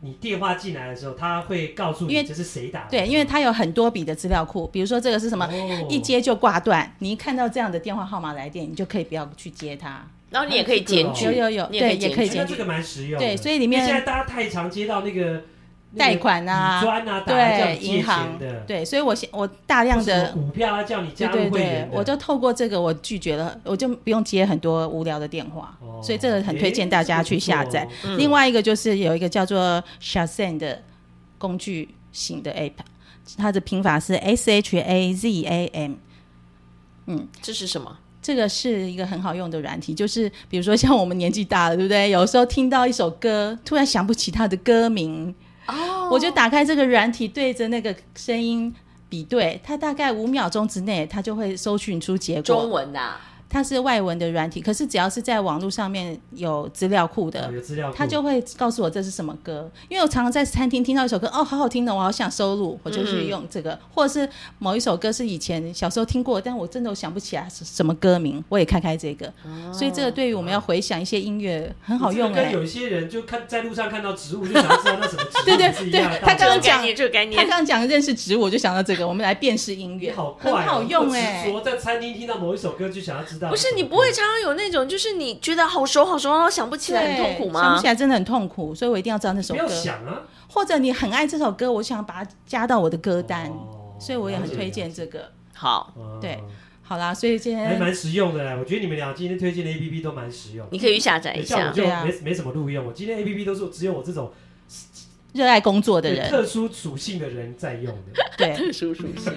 [SPEAKER 3] 你电话进来的时候，他会告诉
[SPEAKER 2] 因
[SPEAKER 3] 你
[SPEAKER 2] 为
[SPEAKER 3] 这是谁打的。
[SPEAKER 2] 对，因为它有很多笔的资料库，比如说这个是什么，
[SPEAKER 3] 哦
[SPEAKER 2] 一接就挂断。你一看到这样的电话号码来电，你就可以不要去接它。
[SPEAKER 1] 然后你也可以检
[SPEAKER 2] 有
[SPEAKER 1] 举，
[SPEAKER 2] 有有，
[SPEAKER 1] 你也可
[SPEAKER 2] 对，
[SPEAKER 1] 以
[SPEAKER 2] 也
[SPEAKER 1] 检
[SPEAKER 2] 可以
[SPEAKER 1] 举
[SPEAKER 3] 哎那
[SPEAKER 2] 检
[SPEAKER 3] 这
[SPEAKER 2] 举。
[SPEAKER 3] 个蛮实用的。
[SPEAKER 2] 对，所以里
[SPEAKER 3] 因为现在
[SPEAKER 2] 面
[SPEAKER 3] 大家太常接到那个
[SPEAKER 2] 贷款啊
[SPEAKER 3] 那个理专啊，打来叫
[SPEAKER 2] 对
[SPEAKER 3] 你借
[SPEAKER 2] 银行
[SPEAKER 3] 钱的，
[SPEAKER 2] 对，所以我现我大量
[SPEAKER 3] 或是什
[SPEAKER 2] 的。
[SPEAKER 3] 么股票啊，叫你
[SPEAKER 2] 对
[SPEAKER 3] 加
[SPEAKER 2] 对
[SPEAKER 3] 入会
[SPEAKER 2] 对
[SPEAKER 3] 员，的
[SPEAKER 2] 我就透过这个，我拒绝了，我就不用接很多无聊的电话，
[SPEAKER 3] 哦
[SPEAKER 2] 所以这个很
[SPEAKER 3] 哎
[SPEAKER 2] 推荐大家去下载。
[SPEAKER 3] 这个不错哦
[SPEAKER 1] 嗯
[SPEAKER 2] 另外一个就是有一个叫做 Shazam 的工具型的 app，它的拼法是 S H A Z A M。
[SPEAKER 1] 这是什么？
[SPEAKER 2] 这个是一个很好用的软体，就是比如说像我们年纪大了，对不对？有时候听到一首歌，突然想不起它的歌名，
[SPEAKER 1] 哦
[SPEAKER 2] 我就打开这个软体，对着那个声音比对，它大概五秒钟之内，它就会搜寻出结
[SPEAKER 1] 中
[SPEAKER 2] 果。
[SPEAKER 1] 文啊呐，
[SPEAKER 2] 它是外文的软体，可是只要是在网络上面有资料库的
[SPEAKER 3] 哦，有资料库，
[SPEAKER 2] 他就会告诉我这是什么歌，因为我常常在餐厅听到一首歌，哦，好好听的，我好想收录，我就去用这个，或者是某一首歌是以前小时候听过，但我真的想不起来是什么歌名，我也开开这个，
[SPEAKER 1] 哦
[SPEAKER 2] 所以这个对于我们要回想一些音乐很好用
[SPEAKER 3] 嗯这
[SPEAKER 2] 哎、
[SPEAKER 3] 个跟有一些人就看在路上看到植物就想要知道那什么植物，
[SPEAKER 2] [laughs] 对对
[SPEAKER 3] 是一样的
[SPEAKER 2] 对
[SPEAKER 3] 道理啊
[SPEAKER 2] 他刚刚讲
[SPEAKER 1] 这个概
[SPEAKER 2] 他刚刚讲认识植物，我就想到这个，我们来辨识音
[SPEAKER 3] 你
[SPEAKER 2] 乐，
[SPEAKER 3] 好怪
[SPEAKER 2] 很
[SPEAKER 3] 哦
[SPEAKER 2] 好用哎、
[SPEAKER 3] 我在餐厅听到某一首歌就想要知道，
[SPEAKER 1] 不是你不会常常有那种，就是你觉得好熟好熟，然后想不起来，很痛苦
[SPEAKER 2] 对想
[SPEAKER 1] 吗
[SPEAKER 2] 不起？来真的很痛苦，所以我一定要知道那首
[SPEAKER 3] 不要
[SPEAKER 2] 歌，
[SPEAKER 3] 想啊，
[SPEAKER 2] 或者你很爱这首歌，我想把它加到我的歌单，
[SPEAKER 3] 哦
[SPEAKER 2] 所以我也很推荐
[SPEAKER 3] 了解
[SPEAKER 2] 这个。
[SPEAKER 1] 好，
[SPEAKER 3] 哦
[SPEAKER 2] 对好啦，所以今天
[SPEAKER 3] 还蛮实用的啦。我觉得你们俩今天推荐的 A P P 都蛮实用，
[SPEAKER 1] 你可以去下载一
[SPEAKER 3] 像
[SPEAKER 1] 下
[SPEAKER 3] 我。就
[SPEAKER 2] 对
[SPEAKER 3] 没、
[SPEAKER 2] 啊
[SPEAKER 3] 没什么录用，我今天 A P P 都是只有我这种
[SPEAKER 2] 热爱工作的
[SPEAKER 3] 有
[SPEAKER 2] 人，
[SPEAKER 3] 特殊属性的人在用的。
[SPEAKER 2] 对，
[SPEAKER 1] 叔叔是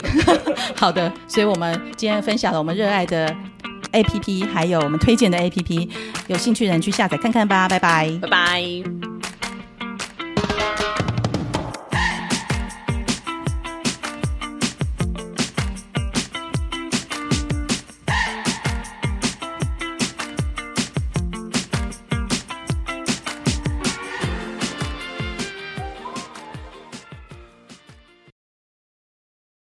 [SPEAKER 2] 好的，所以我们今天分享了我们热爱的 APP，还有我们推荐的 APP，有兴趣的人去下载看看吧，拜拜。
[SPEAKER 1] 拜拜。